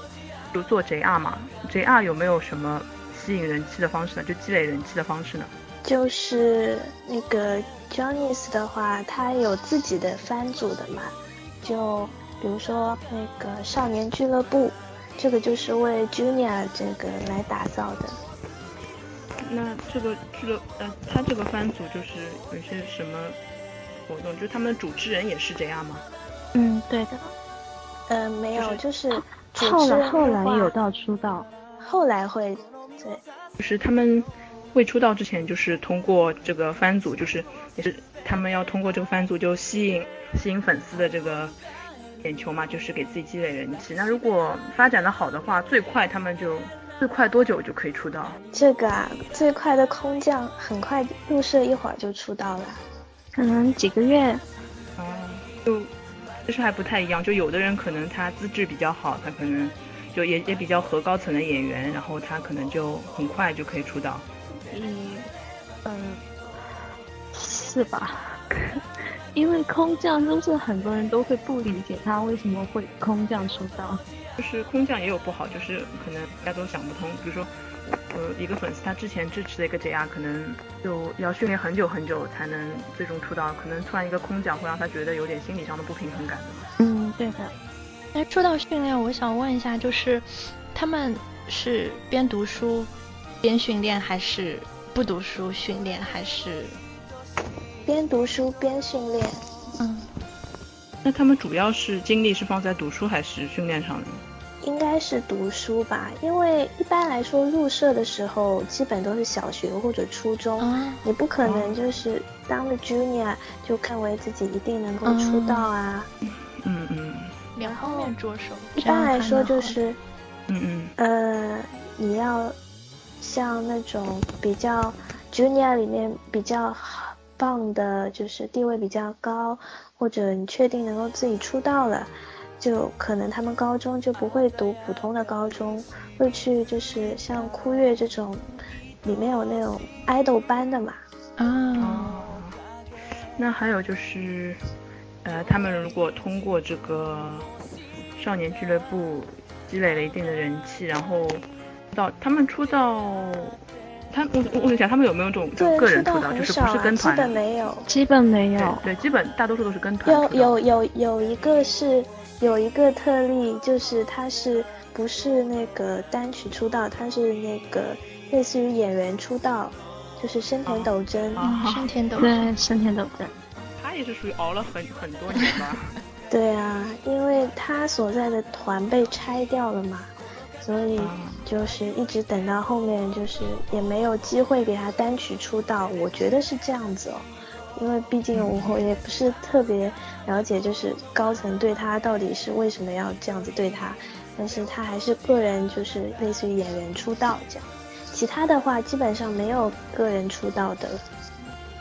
Speaker 2: 就做 JR 嘛，JR 有没有什么吸引人气的方式呢？就积累人气的方式呢？
Speaker 3: 就是那个 j o n n y s 的话，他有自己的番组的嘛，就比如说那个少年俱乐部，这个就是为 Junior 这个来打造的。
Speaker 2: 那这个俱乐呃，他这个番组就是有一些什么活动？就他们的主持人也是 JR 吗？
Speaker 4: 嗯，对的。
Speaker 3: 呃，没有，就是主
Speaker 4: 后
Speaker 3: 持人
Speaker 4: 来
Speaker 3: 的
Speaker 4: 后来
Speaker 3: 话
Speaker 4: 有到出道，
Speaker 3: 后来会对，
Speaker 2: 就是他们未出道之前，就是通过这个番组，就是也是他们要通过这个番组就吸引吸引粉丝的这个眼球嘛，就是给自己积累人气。那如果发展的好的话，最快他们就最快多久就可以出道？
Speaker 3: 这个啊，最快的空降很快入社一会儿就出道了。
Speaker 4: 可能几个月，
Speaker 2: 哦、就就是还不太一样，就有的人可能他资质比较好，他可能就也也比较合高层的演员，然后他可能就很快就可以出道。
Speaker 4: 嗯，呃，是吧？ <laughs> 因为空降就是很多人都会不理解他为什么会空降出道。
Speaker 2: 就是空降也有不好，就是可能大家都想不通。比如说，呃，一个粉丝他之前支持的一个 JR，可能就要训练很久很久才能最终出道，可能突然一个空降会让他觉得有点心理上的不平衡感的吧。
Speaker 3: 嗯，对的。
Speaker 1: 那说到训练，我想问一下，就是他们是边读书边训练，还是不读书训练，还是
Speaker 3: 边读书边训练，
Speaker 1: 嗯？
Speaker 2: 那他们主要是精力是放在读书还是训练上呢？
Speaker 3: 应该是读书吧，因为一般来说入社的时候基本都是小学或者初中，
Speaker 4: 哦
Speaker 1: 啊，
Speaker 3: 你不可
Speaker 2: 哦
Speaker 3: 能就是当了 junior 就看为自己一定能够出道啊。
Speaker 2: 嗯嗯
Speaker 1: 两方面着手。
Speaker 3: 一般来说就
Speaker 1: 这样
Speaker 3: 是
Speaker 2: 嗯嗯，
Speaker 3: 呃，你要像那种比较 junior 里面比较棒的，就是地位比较高，或者你确定能够自己出道了，就可能他们高中就不会读普通的高中，会去就是像酷乐这种，里面有那种 idol 班的嘛。
Speaker 1: 还蛮好啊，
Speaker 2: 哦，那还有就是，呃，他们如果通过这个少年俱乐部积累了一定的人气，然后到他们出道，他我我我问一下，他们有没有这种就
Speaker 3: 对，
Speaker 2: 个人
Speaker 3: 出
Speaker 2: 出
Speaker 3: 道
Speaker 2: 道，就
Speaker 3: 很
Speaker 2: 是
Speaker 3: 少
Speaker 2: 不是
Speaker 3: 啊，
Speaker 2: 跟
Speaker 3: 基
Speaker 2: 团的？
Speaker 3: 本没有。
Speaker 4: 基本没
Speaker 2: 对
Speaker 4: 有。
Speaker 2: 对，基本大多数都是跟团
Speaker 3: 有
Speaker 2: 出道
Speaker 3: 有有有一个是有一个特例，就是他是不是那个单曲出道，他是那个类似于演员出道，就是深田斗真，
Speaker 1: 嗯，
Speaker 2: 啊，
Speaker 1: 生田斗真，
Speaker 4: 对，生田斗真。
Speaker 2: 他也是属于熬了很很多年
Speaker 3: <laughs>
Speaker 2: 吧。
Speaker 3: 对啊，因为他所在的团被拆掉了嘛，所以
Speaker 2: 啊
Speaker 3: 就是一直等到后面，就是也没有机会给他单曲出道，我觉得是这样子哦。因为毕竟我也不是特别了解，就是高层对他到底是为什么要这样子对他，但是他还是个人，就是类似于演员出道这样。其他的话基本上没有个人出道的，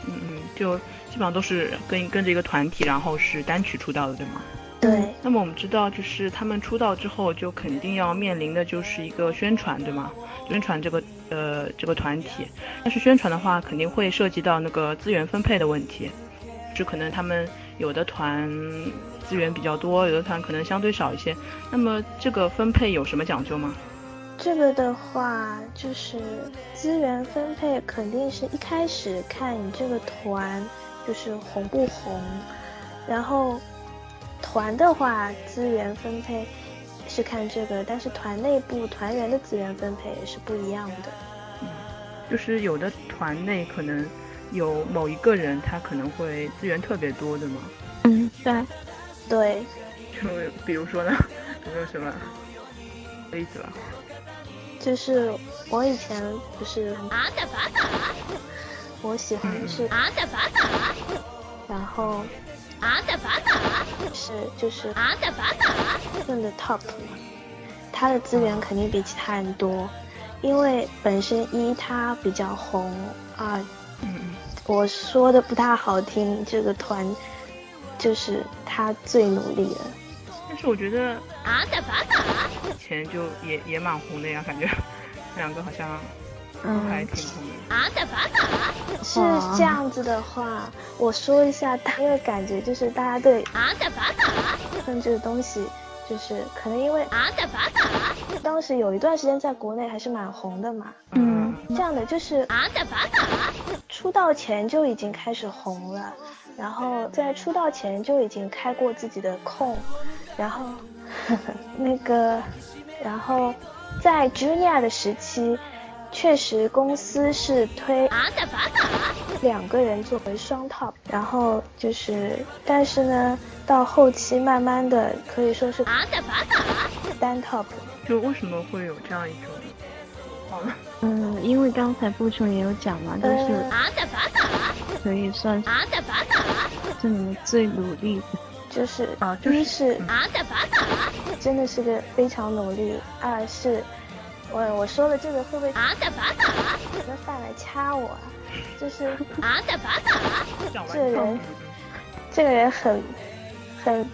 Speaker 2: 嗯嗯，就基本上都是跟跟着一个团体，然后是单曲出道的，对吗？
Speaker 3: 对，
Speaker 2: 那么我们知道，就是他们出道之后，就肯定要面临的就是一个宣传，对吗？宣传这个呃这个团体，但是宣传的话，肯定会涉及到那个资源分配的问题，就是可能他们有的团资源比较多，有的团可能相对少一些。那么这个分配有什么讲究吗？
Speaker 3: 这个的话，就是资源分配肯定是一开始看你这个团就是红不红，然后团的话资源分配是看这个，但是团内部团员的资源分配也是不一样的。
Speaker 2: 就是有的团内可能有某一个人，他可能会资源特别多，对吗？
Speaker 4: 嗯，对，
Speaker 3: 对，
Speaker 2: 就比如说呢，有没有什么例子吧？
Speaker 3: 就是我以前不是 <laughs> 我喜欢的是然后是就是顺的 top 嘛，他的资源肯定比其他人多，因为本身一他比较红，二
Speaker 2: 嗯嗯。
Speaker 3: 我说的不太好听，这个团就是他最努力了。
Speaker 2: 但是我觉得以前就也也蛮红的呀，感觉两个好像都还
Speaker 4: 嗯，
Speaker 2: 挺红的。
Speaker 3: 是这样子的话，我说一下他的感觉，就是大家对恨这个东西，就是可能因为当时有一段时间在国内还是蛮红的嘛，
Speaker 2: 嗯，
Speaker 3: 这样的就是出道前就已经开始红了，然后在出道前就已经开过自己的控，然后那个，然后在 Junior 的时期，确实公司是推两个人作为双 top，然后就是，但是呢，到后期慢慢的可以说是单 top，
Speaker 2: 就为什么会有这样一种？好了，
Speaker 4: 嗯，因为刚才步春也有讲嘛，就是
Speaker 3: 呃，
Speaker 4: 可以算是你们最努力的。
Speaker 3: 就是
Speaker 2: 啊就是
Speaker 3: 一是
Speaker 2: 嗯
Speaker 3: 真的是个非常努力，二是，我我说了这个会不会有人饭来掐我啊？就是
Speaker 2: 讲完
Speaker 3: 这
Speaker 2: 以后
Speaker 3: 人这个人很很，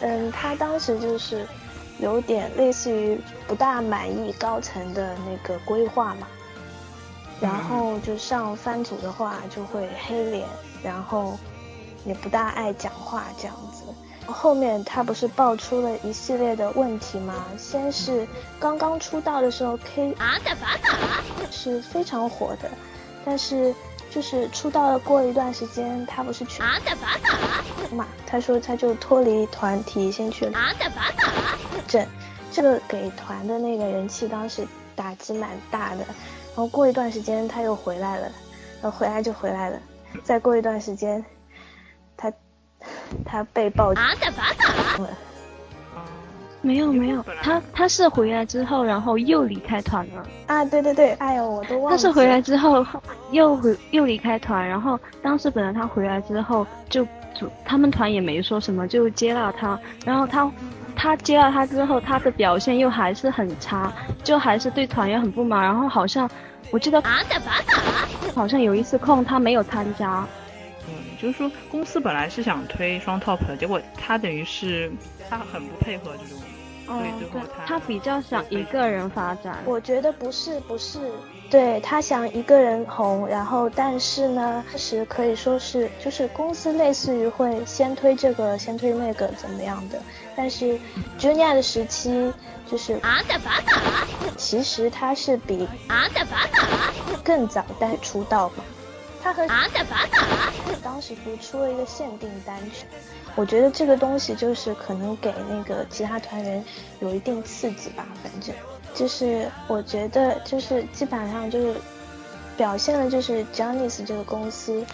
Speaker 3: 嗯，他当时就是有点类似于不大满意高层的那个规划嘛，然后就上番组的话就会黑脸，然后也不大爱讲话这样子，后面他不是爆出了一系列的问题吗？先是刚刚出道的时候，K 是非常火的，但是就是出道了过一段时间，他不是去嘛？他说他就脱离团体，先去了整，这个给团的那个人气当时打击蛮大的。然后过一段时间他又回来了，然后回来就回来了，再过一段时间，他他被爆出了。
Speaker 2: 啊
Speaker 4: 没有没有
Speaker 2: 本，来
Speaker 4: 他他是回来之后，然后又离开团了。
Speaker 3: 啊，对对对，哎呦，我都忘了。
Speaker 4: 他是回来之后又回又离开团，然后当时本来他回来之后就组他们团也没说什么，就接纳他，然后他他接纳他之后，他的表现又还是很差，就还是对团又很不满，然后好像我记得
Speaker 3: 啊
Speaker 4: 好像有一次空他没有参加，
Speaker 2: 嗯，就是说公司本来是想推双 top 的，结果他等于是他很不配合这种，
Speaker 4: 哦
Speaker 2: 对最后
Speaker 4: 对
Speaker 2: 他，
Speaker 4: 他比较想一个人发展，
Speaker 3: 我觉得不是不是，对他想一个人红，然后但是呢，确实可以说是就是公司类似于会先推这个先推那个怎么样的，但是 Junior 的时期就是其实他是比更早但出道嘛，他和当时不出了一个限定单曲，我觉得这个东西就是可能给那个其他团员有一定刺激吧，反正就是我觉得就是基本上就是表现了就是 j o n i c e 这个公司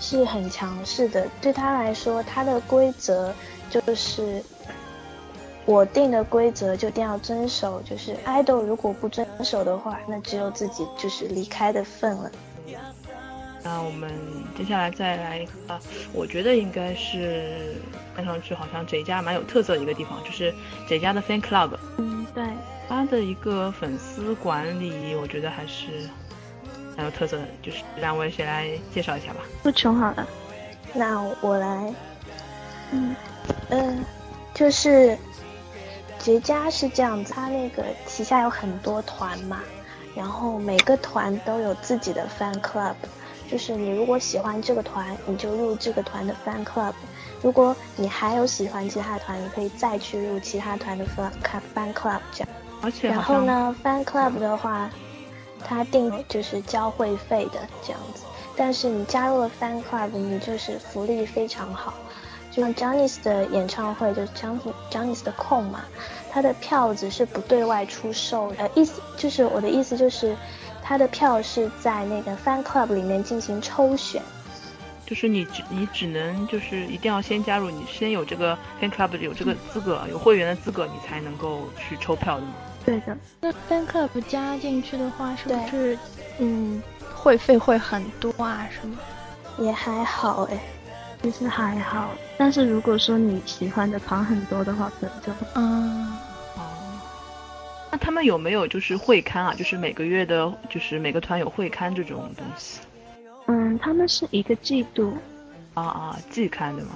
Speaker 3: 是很强势的，对他来说，他的规则就是我定的规则就一定要遵守，就是爱豆如果不遵守的话，那只有自己就是离开的份了。
Speaker 2: 那我们接下来再来一个，啊我觉得应该是看上去好像谁家蛮有特色的一个地方，就是谁家的 fan club，
Speaker 4: 嗯对，
Speaker 2: 他的一个粉丝管理，我觉得还是蛮有特色的。就是两位谁来介绍一下吧？
Speaker 4: 不穷好了，
Speaker 3: 那我来，嗯，呃，就是绝佳是这样子，他那个旗下有很多团嘛，然后每个团都有自己的 fan club，就是你如果喜欢这个团，你就入这个团的 fan club。如果你还有喜欢其他团，你可以再去入其他团的 fan club fan club 这样。
Speaker 2: 而且
Speaker 3: 然
Speaker 2: 好
Speaker 3: 后
Speaker 2: 像
Speaker 3: 呢，fan club 的话，它定就是交会费的这样子。但是你加入了 fan club，你就是福利非常好。就像 j o n n y s 的演唱会，就是 j o h n n y s 的控嘛，他的票子是不对外出售的。呃，意思就是我的意思就是，他的票是在那个 fan club 里面进行抽选。
Speaker 2: 就是你只你只能就是一定要先加入，你先有这个 fan club 有这个资格，有会员的资格，你才能够去抽票的嘛。
Speaker 4: 对的，
Speaker 1: 那 fan club 加进去的话，是
Speaker 3: 对
Speaker 1: 不是嗯会费会很多啊？什么？
Speaker 3: 也还好哎，
Speaker 4: 其实还好，但是如果说你喜欢的团很多的话，可能就
Speaker 1: 嗯，
Speaker 2: 哦，那他们有没有就是会刊啊？就是每个月的，就是每个团有会刊这种东西
Speaker 4: 嗯，他们是一个季度，
Speaker 2: 啊啊，季刊对吗？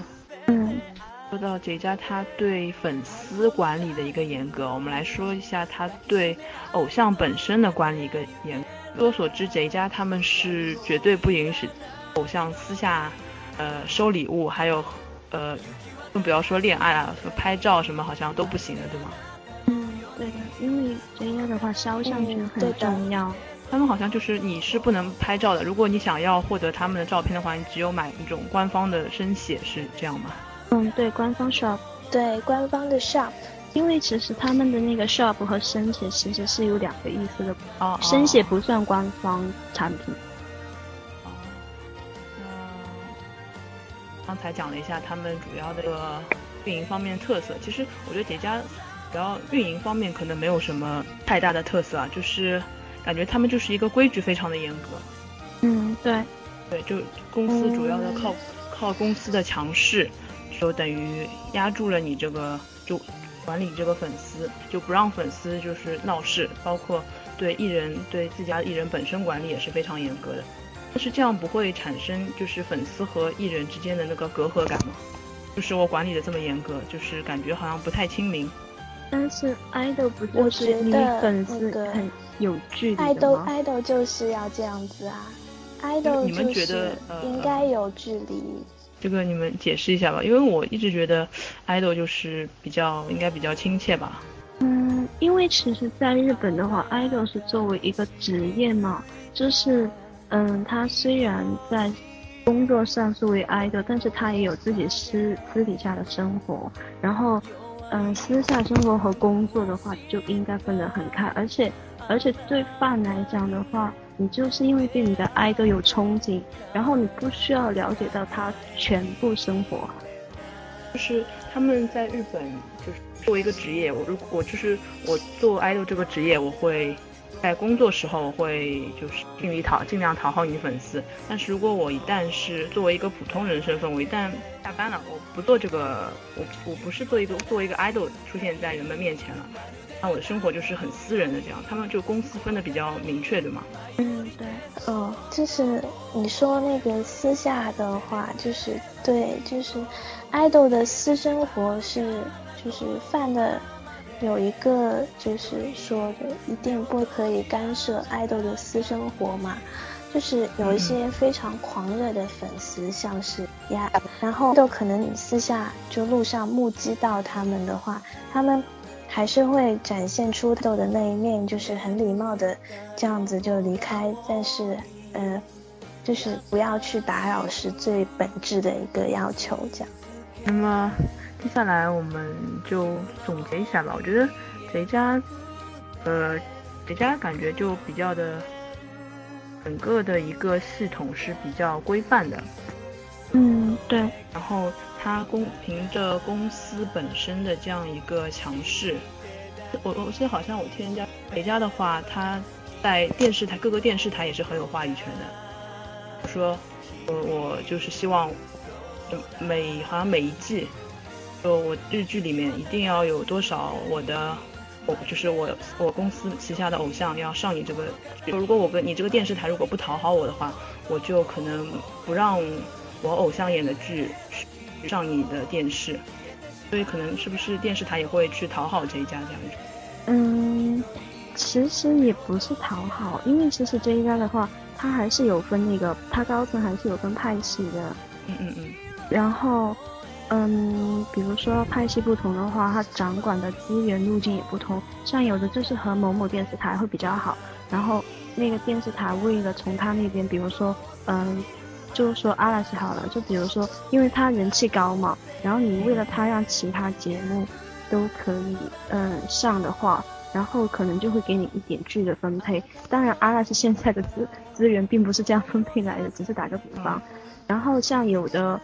Speaker 4: 嗯，
Speaker 2: 说到杰佳，他对粉丝管理的一个严格，我们来说一下他对偶像本身的管理一个严格。据我所知，杰佳他们是绝对不允许偶像私下呃收礼物，还有呃更不要说恋爱啊、说拍照什么，好像都不行的，对吗？
Speaker 4: 嗯，对的，因为这样的话肖像权
Speaker 3: 嗯对
Speaker 4: 很
Speaker 3: 的
Speaker 4: 重要。
Speaker 2: 他们好像就是你是不能拍照的，如果你想要获得他们的照片的话，你只有买那种官方的生写，是这样吗？
Speaker 4: 嗯，对，官方 shop，
Speaker 3: 对，官方的 shop
Speaker 4: 因为其实他们的那个 shop 和生写其实是有两个意思的，
Speaker 3: 哦
Speaker 2: 啊，
Speaker 4: 生写
Speaker 2: 写
Speaker 4: 不算官方产品。
Speaker 2: 嗯，刚才讲了一下他们主要的一个运营方面特色，其实我觉得叠加主要运营方面可能没有什么太大的特色啊，就是感觉他们就是一个规矩非常的严格，
Speaker 4: 嗯，对，
Speaker 2: 对，就公司主要的靠、靠公司的强势，就等于压住了你这个就管理这个粉丝，就不让粉丝就是闹事，包括对艺人对自家艺人本身管理也是非常严格的。但是这样不会产生就是粉丝和艺人之间的那个隔阂感吗？就是我管理的这么严格，就是感觉好像不太亲民。
Speaker 4: 但是 idol 不
Speaker 3: 我
Speaker 4: 就是
Speaker 3: 觉
Speaker 4: 离
Speaker 3: 得
Speaker 4: 粉丝
Speaker 3: 那个
Speaker 4: 很有距离
Speaker 3: 爱
Speaker 4: 的
Speaker 3: 豆
Speaker 4: 吗？
Speaker 3: 爱豆就是要这样子啊，爱
Speaker 2: 就
Speaker 3: 豆
Speaker 2: 你们
Speaker 3: 就
Speaker 2: 觉得
Speaker 3: 是
Speaker 2: 呃
Speaker 3: 应该有距离，
Speaker 2: 这个你们解释一下吧，因为我一直觉得 idol 就是比较应该比较亲切吧。
Speaker 4: 嗯，因为其实在日本的话，idol 是作为一个职业嘛，就是，嗯，他虽然在工作上是为 idol，但是他也有自己私私底下的生活，然后，嗯，私下生活和工作的话就应该分得很开，而且，而且对饭来讲的话，你就是因为对你的 idol 有憧憬，然后你不需要了解到他全部生活，
Speaker 2: 就是他们在日本，就是作为一个职业，我如果就是我做 idol 这个职业，我会在工作时候我会就是尽力讨尽量讨好你的粉丝。但是如果我一旦是作为一个普通人身份，我一旦下班了，我不做这个，我我不是做一个作为一个 idol 出现在人们面前了，那我的生活就是很私人的这样。他们就公司分的比较明确，对吗？
Speaker 4: 嗯，对。
Speaker 3: 哦，就是你说那个私下的话，就是对，就是爱豆的私生活是就是犯的有一个就是说的一定不可以干涉爱豆的私生活嘛。就是有一
Speaker 4: 嗯
Speaker 3: 些非常狂热的粉丝，像是呀，然后都可能你私下就路上目击到他们的话，他们还是会展现出豆的那一面，就是很礼貌的这样子就离开，但是呃，就是不要去打扰是最本质的一个要求，这样。
Speaker 2: 那么接下来我们就总结一下吧。我觉得谁家，呃，谁家感觉就比较的，整个的一个系统是比较规范的，
Speaker 4: 嗯，对，
Speaker 2: 然后它公凭着公司本身的这样一个强势，我我记得好像我听人家谁家的话，他在电视台各个电视台也是很有话语权的。我说，我嗯我就是希望嗯每好像每一季，说我日剧里面一定要有多少我的。我就是我，我公司旗下的偶像要上你这个剧。如果我跟你这个电视台如果不讨好我的话，我就可能不让我偶像演的剧上你的电视，所以可能是不是电视台也会去讨好这一家这样子？
Speaker 4: 嗯，其实也不是讨好，因为其实这一家的话，它还是有分那个，它高层还是有分派系的。
Speaker 2: 嗯嗯嗯，
Speaker 4: 然后，嗯，比如说派系不同的话，它掌管的资源路径也不同。像有的就是和某某电视台会比较好，然后那个电视台为了从他那边，比如说，嗯，就说阿拉斯好了，就比如说，因为他人气高嘛，然后你为了他让其他节目都可以嗯上的话。然后可能就会给你一点剧的分配，当然阿拉斯现在的资资源并不是这样分配来的，只是打个比方。然后像有的，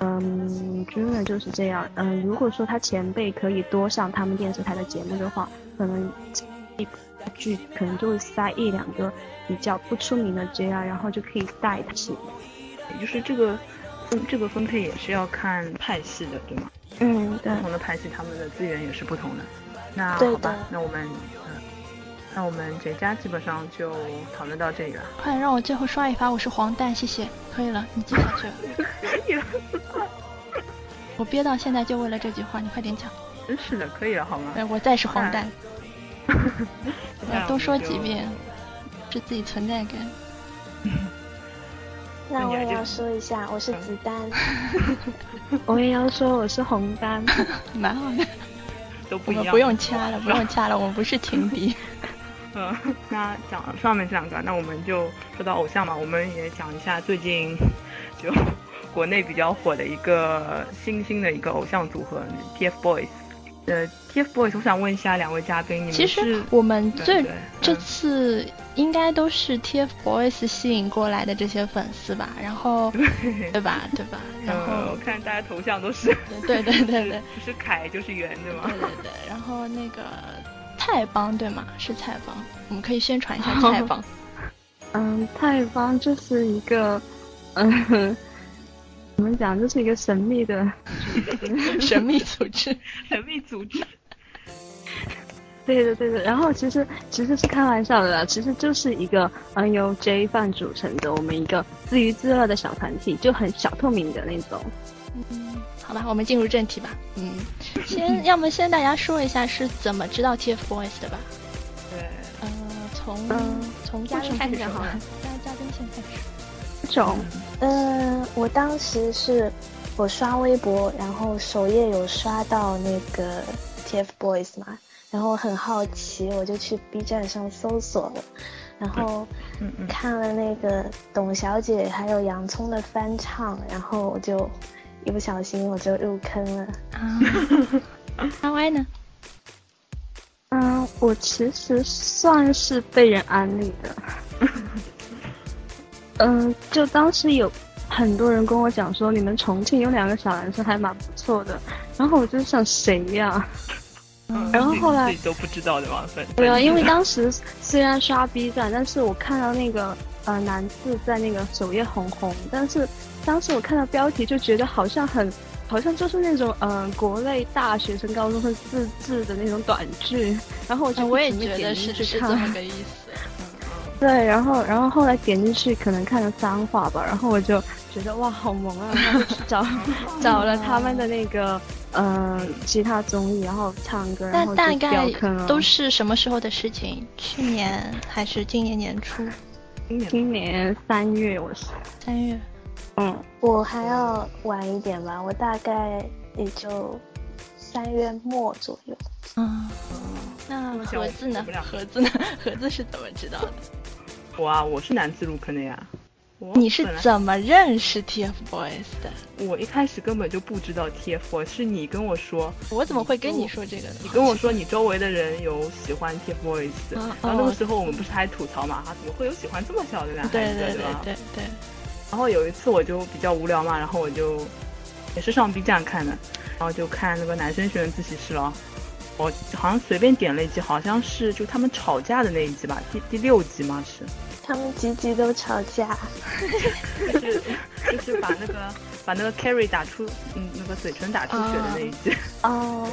Speaker 4: 嗯，军人就是这样。嗯，如果说他前辈可以多上他们电视台的节目的话，可能一剧可能就会塞一两个比较不出名的 JR，然后就可以带他起。
Speaker 2: 也就是这个分这个分配也是要看派系的，对吗？
Speaker 4: 嗯，对
Speaker 2: 不，同的派系他们的资源也是不同的。那
Speaker 3: 对
Speaker 2: 好吧
Speaker 3: 的，
Speaker 2: 那我们嗯，那我们这家基本上就讨论到这里了。
Speaker 5: 快让我最后刷一发，我是黄蛋，谢谢。可以了，你接下去了。
Speaker 2: 可
Speaker 1: <laughs>
Speaker 2: 以了，
Speaker 5: 我憋到现在就为了这句话，你快点讲。
Speaker 2: 真是的，可以了，好吗？
Speaker 5: 哎，我再是黄蛋，
Speaker 2: 接下来
Speaker 5: 要多
Speaker 2: 我们
Speaker 5: 说
Speaker 2: 就
Speaker 5: 几。遍，是自己存在感。
Speaker 3: 那
Speaker 2: 那
Speaker 3: 我
Speaker 2: 你还
Speaker 3: 也要
Speaker 2: 就
Speaker 3: 说一下，我是
Speaker 2: 嗯
Speaker 3: 子丹，
Speaker 4: 我也要说我是红单。
Speaker 5: 蛮好的，
Speaker 2: 都不
Speaker 5: 我
Speaker 2: 一样
Speaker 5: 们
Speaker 2: 了，
Speaker 5: 不用掐了，不用掐了，我们不是情
Speaker 2: <laughs>
Speaker 5: 敌。
Speaker 2: 嗯， <laughs> 那讲上面这两个，那我们就说到偶像嘛，我们也讲一下最近就国内比较火的一个新兴的一个偶像组合 TFBOYS。呃，TFBOYS，我想问一下两位嘉宾，你们
Speaker 5: 其
Speaker 2: 是
Speaker 5: 实我们
Speaker 2: 对
Speaker 5: 最
Speaker 2: 对
Speaker 5: 这
Speaker 2: 嗯
Speaker 5: 次应该都是 TFBOYS 吸引过来的这些粉丝吧，然后对吧对吧，然
Speaker 2: 嗯 <laughs> 呃，
Speaker 5: 后
Speaker 2: 我看大家头像都是
Speaker 5: 对对对对对
Speaker 2: 不 <laughs> 是凯就是圆，对吗
Speaker 1: <laughs>
Speaker 5: 对？对对，然后那个菜帮对吗？是菜帮，我们可以宣传一下菜帮。
Speaker 4: 嗯，泰方就是一个，嗯，怎么讲，就是一个神秘的，
Speaker 5: <laughs> 神秘组织，
Speaker 2: 神秘组织，
Speaker 4: 对的对的。然后其实其实是开玩笑的啦，其实就是一个嗯由 J 饭组成的我们一个自娱自乐的小团体，就很小透明的那种。
Speaker 5: 嗯， <laughs> 好吧，我们进入正题吧。嗯，先， <laughs> 要么先大家说一下是怎么知道 TFBOYS 的吧。
Speaker 2: 对，
Speaker 5: 呃，从、
Speaker 4: 嗯
Speaker 5: 从嘉宾开始说
Speaker 4: 为什么开始讲好
Speaker 5: 吧
Speaker 4: 呢，
Speaker 5: 嘉嘉宾先开始。
Speaker 4: 这种
Speaker 3: 嗯，我当时是我刷微博，然后首页有刷到那个 TFBOYS 嘛，然后我很好奇，我就去 B 站上搜索了，然后看了那个董小姐还有洋葱的翻唱，然后我就一不小心我就入坑了。
Speaker 5: <laughs>
Speaker 1: 啊，阿歪呢？
Speaker 4: 嗯，我其实算是被人安利的。嗯，就当时有很多人跟我讲说，你们重庆有两个小男生还蛮不错的，然后我就想谁呀、
Speaker 2: 嗯
Speaker 4: 然后
Speaker 2: 自己
Speaker 4: 后来
Speaker 2: 自己都不知道的嘛，反
Speaker 4: 对啊，
Speaker 2: 正
Speaker 4: 因为当 <laughs> 时虽然刷 B 站，但是我看到那个呃男字在那个首页红红，但是当时我看到标题就觉得好像很，好像就是那种呃国内大学生、高中生自制的那种短剧，然哎后我就
Speaker 5: 我也
Speaker 4: 一直没
Speaker 5: 觉得
Speaker 4: 点进
Speaker 5: 是
Speaker 4: 去
Speaker 5: 是
Speaker 4: 看
Speaker 5: 这么个意思。
Speaker 4: 对，然后然后后来点进去可能看了三话吧，然后我就觉得哇好萌啊，然后就去
Speaker 1: <laughs>
Speaker 4: 找找了他们的那个呃其他综艺，然后唱歌，然
Speaker 1: 那
Speaker 4: 后就
Speaker 1: 大
Speaker 4: 掉
Speaker 1: 概
Speaker 4: 坑
Speaker 5: 啊
Speaker 4: 了。
Speaker 1: 都是什么时候的事情？去年还是今年年初？
Speaker 2: 今年
Speaker 4: 今年三月，我是
Speaker 1: 三月？
Speaker 4: 嗯
Speaker 3: 我还要晚一点吧，我大概也就三月末左右。
Speaker 1: 嗯，那
Speaker 2: 我想
Speaker 1: 盒子
Speaker 2: 我
Speaker 1: 呢
Speaker 2: 们？两个
Speaker 1: 盒子呢？ <laughs> 盒子是怎么知道的？
Speaker 2: 我啊，我是男子入坑的呀。我
Speaker 1: 你是
Speaker 2: 本来
Speaker 1: 怎么认识 TFBOYS 的？
Speaker 2: 我一开始根本就不知道 TFBOYS，是你跟我说，
Speaker 1: 我怎么会跟你说这个呢？
Speaker 2: 你跟我说你周围的人有喜欢 TFBOYS，、
Speaker 1: 啊
Speaker 2: 然后那个
Speaker 1: 哦，
Speaker 2: 时候我们不是还吐槽嘛，啊，怎么会有喜欢这么小的男孩子，
Speaker 1: <laughs> 对对
Speaker 2: 嗯对吧？
Speaker 1: 对对
Speaker 2: 然后有一次我就比较无聊嘛，然后我就也是上 B 站看的，然后就看那个男生学院自习室了。我好像随便点了一集，好像是就他们吵架的那一集吧，第第六集嘛是，
Speaker 3: 他们集集都吵架，
Speaker 2: <laughs> 就是就是把那个把那个 Carrie 打出嗯那个嘴唇打出血的那一集。
Speaker 3: 哦，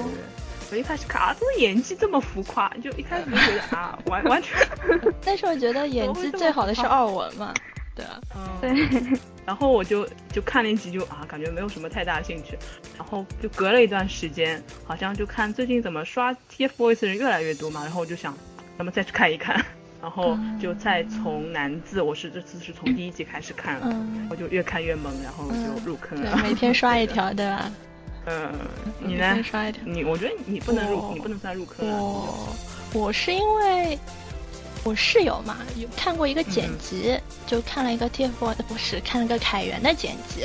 Speaker 2: 我一开始看啊，怎么演技这么浮夸？就一开始就觉得
Speaker 1: <laughs>
Speaker 2: 啊，完完全，
Speaker 1: 对。但是我觉得演技最好的是奥文嘛，对啊。
Speaker 2: 嗯，然后我就就看了一集就啊，感觉没有什么太大兴趣。然后就隔了一段时间，好像就看最近怎么刷 TFBOYS 的人越来越多嘛，然后我就想，咱们再去看一看。然后就再从男字，我是这次是从第一集开始看了，
Speaker 1: 嗯
Speaker 2: 我就越看越萌，然后就入坑
Speaker 1: 对
Speaker 2: 了，。
Speaker 1: 每天刷一条，对吧？
Speaker 2: 嗯，你
Speaker 1: 每
Speaker 2: 呢
Speaker 1: 天？刷一条。
Speaker 2: 你我觉得你不能入，
Speaker 1: 我
Speaker 2: 你不能算入坑啊了。
Speaker 1: 我我是因为我室友嘛，有看过一个剪
Speaker 2: 嗯
Speaker 1: 辑，就看了一个 TFBOYS 不是看了个凯源的剪辑，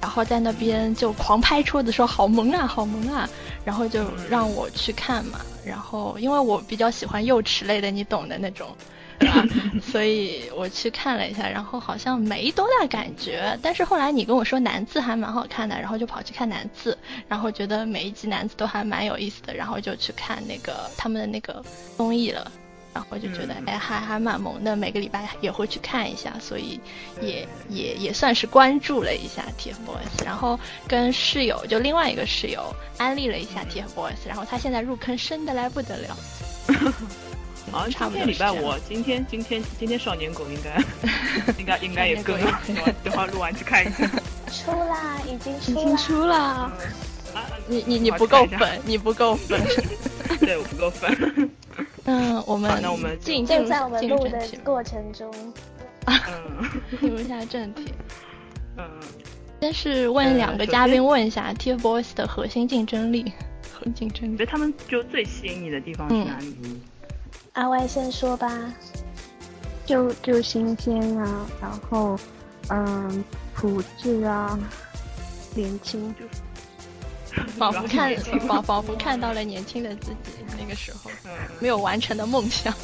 Speaker 1: 然后在那边就狂拍桌子说好萌啊，好萌啊，然后就让我去看嘛，然后因为我比较喜欢幼齿类的，你懂的那种。对吧所以我去看了一下，然后好像没多大感觉，但是后来你跟我说男字还蛮好看的，然后就跑去看男字，然后觉得每一集男子都还蛮有意思的，然后就去看那个他们的那个综艺了，然后就觉得、
Speaker 2: 嗯
Speaker 1: 哎还还蛮萌的，每个礼拜也会去看一下，所以也也也算是关注了一下 TFBOYS，然后跟室友就另外一个室友安利了一下 TFBOYS，然后他现在入坑深的来不得了，
Speaker 2: 啊，
Speaker 1: 差不多
Speaker 2: 今天礼
Speaker 1: 是
Speaker 2: 拜
Speaker 1: 这样
Speaker 2: 五，今天今天今天少年狗应
Speaker 1: <laughs>
Speaker 2: 该应该应该也更了，等会儿等会儿录完去看一下。
Speaker 3: 出啦，已经
Speaker 4: 已
Speaker 3: 出
Speaker 4: 经
Speaker 3: 啦。
Speaker 4: 出
Speaker 1: 嗯
Speaker 2: <laughs>
Speaker 4: 了。
Speaker 2: 啊啊
Speaker 1: 你你你
Speaker 2: 好
Speaker 1: 不
Speaker 2: 看
Speaker 1: 够
Speaker 2: 一下
Speaker 1: 粉，你不够粉。
Speaker 2: 对，我不够分。
Speaker 1: <laughs> 嗯，我们
Speaker 2: 好那我们就
Speaker 1: 进进
Speaker 3: 就
Speaker 1: 嗯进
Speaker 3: 在我们录
Speaker 1: 正
Speaker 3: 的
Speaker 1: 题吧，
Speaker 3: 过程中，
Speaker 2: 嗯
Speaker 1: 进入一下正题。
Speaker 2: 嗯，
Speaker 1: 先是问
Speaker 2: 呃
Speaker 1: 两个
Speaker 2: 首
Speaker 1: 嘉
Speaker 2: 先
Speaker 1: 宾问一下 TFBOYS 的核心竞争力，核心竞争
Speaker 2: 你
Speaker 1: 力
Speaker 2: 觉得他们就最吸引你的地方是哪里？
Speaker 1: 嗯
Speaker 3: 阿歪先说吧。
Speaker 4: 就就新鲜啊，然后嗯，朴质啊，年轻，
Speaker 1: 仿佛
Speaker 2: <laughs>
Speaker 1: 看
Speaker 2: 主要是年轻
Speaker 1: 仿 <laughs> 仿佛看到了年轻的自己那个时候
Speaker 2: 嗯，
Speaker 1: 没有完成的梦想。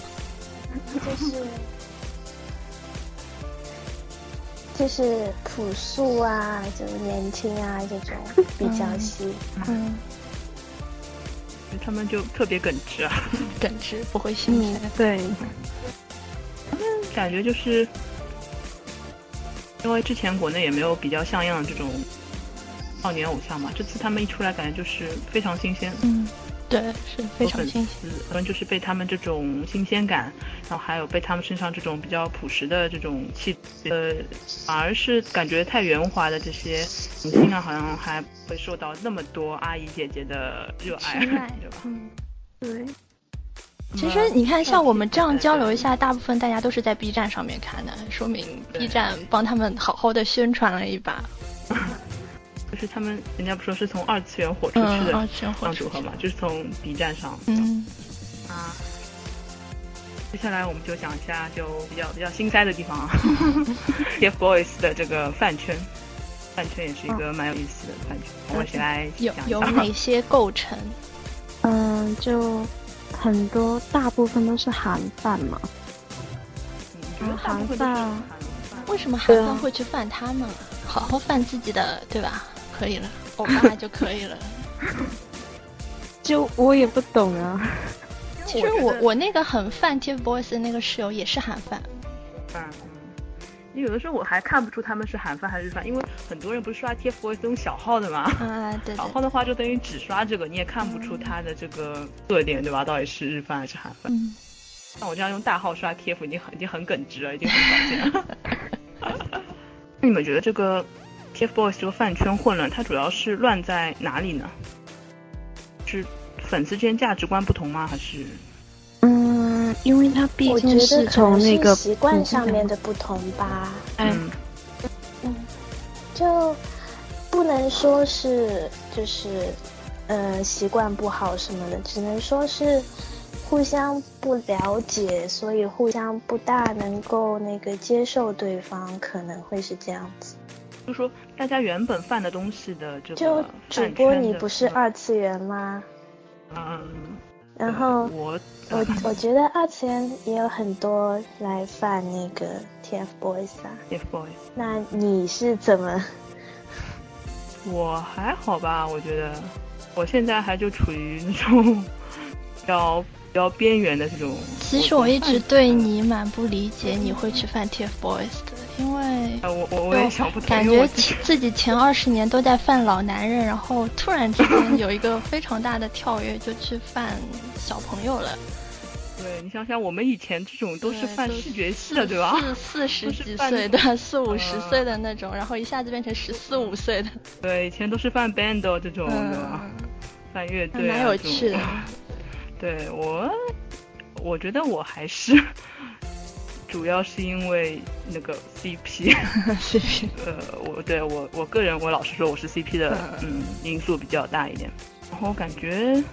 Speaker 3: 就是 <laughs> 就是朴素啊，就是年轻啊这种比较吸。
Speaker 1: 嗯，
Speaker 2: 他们就特别耿直啊，
Speaker 1: 耿直不会心
Speaker 4: 嗯
Speaker 1: 塞。，
Speaker 4: 对，
Speaker 2: 感觉就是因为之前国内也没有比较像样的这种少年偶像嘛，这次他们一出来，感觉就是非常新鲜。
Speaker 1: 嗯，对，是非常新鲜。
Speaker 2: 嗯，可能就是被他们这种新鲜感，然后还有被他们身上这种比较朴实的这种气质，呃，反而是感觉太圆滑的这些明星啊，好像还会受到那么多阿姨姐姐的热爱，
Speaker 1: 青睐
Speaker 2: 对吧？
Speaker 1: 嗯，
Speaker 4: 对，
Speaker 2: 嗯
Speaker 1: 其实你看，像我们这样交流一
Speaker 2: 下，
Speaker 1: 下，大部分大家都是在 B 站上面看的，说明
Speaker 2: 对
Speaker 1: B 站帮他们好好的宣传了一把。
Speaker 2: 就就是他们人家不说是从二次元火出去
Speaker 1: 嗯，
Speaker 2: 的
Speaker 1: 二次元火
Speaker 2: 上
Speaker 1: 出
Speaker 2: 组合
Speaker 1: 去
Speaker 2: 嘛，就是从 B 站上
Speaker 1: 嗯，
Speaker 2: 啊。接下来我们就讲一下就比较比较心塞的地方啊 <laughs> ，TFBOYS 的这个饭圈，饭圈也是一个蛮有意思的饭圈。我们先来
Speaker 1: 哦呃有
Speaker 2: 讲一
Speaker 1: 有
Speaker 2: 下
Speaker 1: 哪些构成？
Speaker 4: 嗯，就很多大部分都是韩饭嘛，
Speaker 2: 你觉得大部分都是韩
Speaker 4: 韩饭
Speaker 2: 饭
Speaker 1: 为什么韩
Speaker 4: 对啊
Speaker 1: 饭会去犯他们啊？好好犯自己的，对吧？可以了，欧巴就可 <laughs> 以了。
Speaker 4: 就我也不懂啊。
Speaker 1: 其实我我那个很犯 TFBOYS 的那个室友也是韩饭，
Speaker 2: 嗯，你有的时候我还看不出他们是韩饭还是日饭，因为很多人不是刷 TFBOYS 这种小号的嘛。
Speaker 1: 啊，对嗯
Speaker 2: 小
Speaker 1: 对
Speaker 2: 号的话就等于只刷这个，你也看不出它的这个特点，对吧？到底是日饭还是韩饭？
Speaker 1: 嗯，
Speaker 2: 像我这样用大号刷 TF 已经很已经很耿直了，已经很少见了。那你们觉得这个 TFBOYS 这个饭圈混乱，它主要是乱在哪里呢？是粉丝之间价值观不同吗？还是
Speaker 4: 嗯，因为它毕
Speaker 3: 我觉
Speaker 4: 竟
Speaker 3: 得可
Speaker 4: 从
Speaker 3: 能
Speaker 4: 那
Speaker 3: 是
Speaker 4: 个嗯
Speaker 3: 习惯上面的不同吧，
Speaker 4: 哎
Speaker 2: 嗯
Speaker 3: 就不能说是就是呃习惯不好什么的，只能说是互相不了解，所以互相不大能够那个接受对方，可能会是这样子。
Speaker 2: 就说大家原本犯的东西的这
Speaker 3: 就
Speaker 2: 个
Speaker 3: 主
Speaker 2: 饭
Speaker 3: 播
Speaker 2: 圈
Speaker 3: 你
Speaker 2: 的
Speaker 3: 不是
Speaker 2: 嗯
Speaker 3: 二次元吗？
Speaker 2: 嗯，
Speaker 3: 然后
Speaker 2: 我
Speaker 3: 我我觉得二次元也有很多来犯那个 TFBOYS 啊，
Speaker 2: TFBOYS
Speaker 3: 那你是怎么？
Speaker 2: 我还好吧，我觉得我现在还就处于那种 <laughs> 比较比较边缘的这种。
Speaker 1: 其实我一直对
Speaker 2: 嗯
Speaker 1: 你蛮不理解，你会去犯 TFBOYS 的，因为
Speaker 2: 呃，我我我也想不通，
Speaker 1: 感
Speaker 2: 因为
Speaker 1: 觉
Speaker 2: 我自己
Speaker 1: 自己前二十年都在犯老男人，然后突然之间有一个非常大的跳跃，就去犯小朋友 <laughs> 了，
Speaker 2: 对你想想，我们以前这种都是
Speaker 1: 对
Speaker 2: 犯
Speaker 1: 都
Speaker 2: 视觉系的，对
Speaker 1: <laughs>
Speaker 2: 吧？
Speaker 1: 四四十
Speaker 2: 都是
Speaker 1: 几
Speaker 2: 犯
Speaker 1: 岁
Speaker 2: 那
Speaker 1: 的，四五十
Speaker 2: 嗯
Speaker 1: 岁的那种，然后一下子变成十四五岁的，
Speaker 2: 对，以前都是犯 bando 这种，对吧？
Speaker 1: 嗯，
Speaker 2: 犯乐
Speaker 1: 还
Speaker 2: 队、啊，
Speaker 1: 蛮有
Speaker 2: 这种
Speaker 1: 趣的。
Speaker 2: <laughs> 对我，我觉得我还是主要是因为那个
Speaker 1: <laughs>
Speaker 2: <laughs> CP，
Speaker 1: CP
Speaker 2: 呃，我对我我个人，我老实说，我是 CP 的嗯因素比较大一点。然后感觉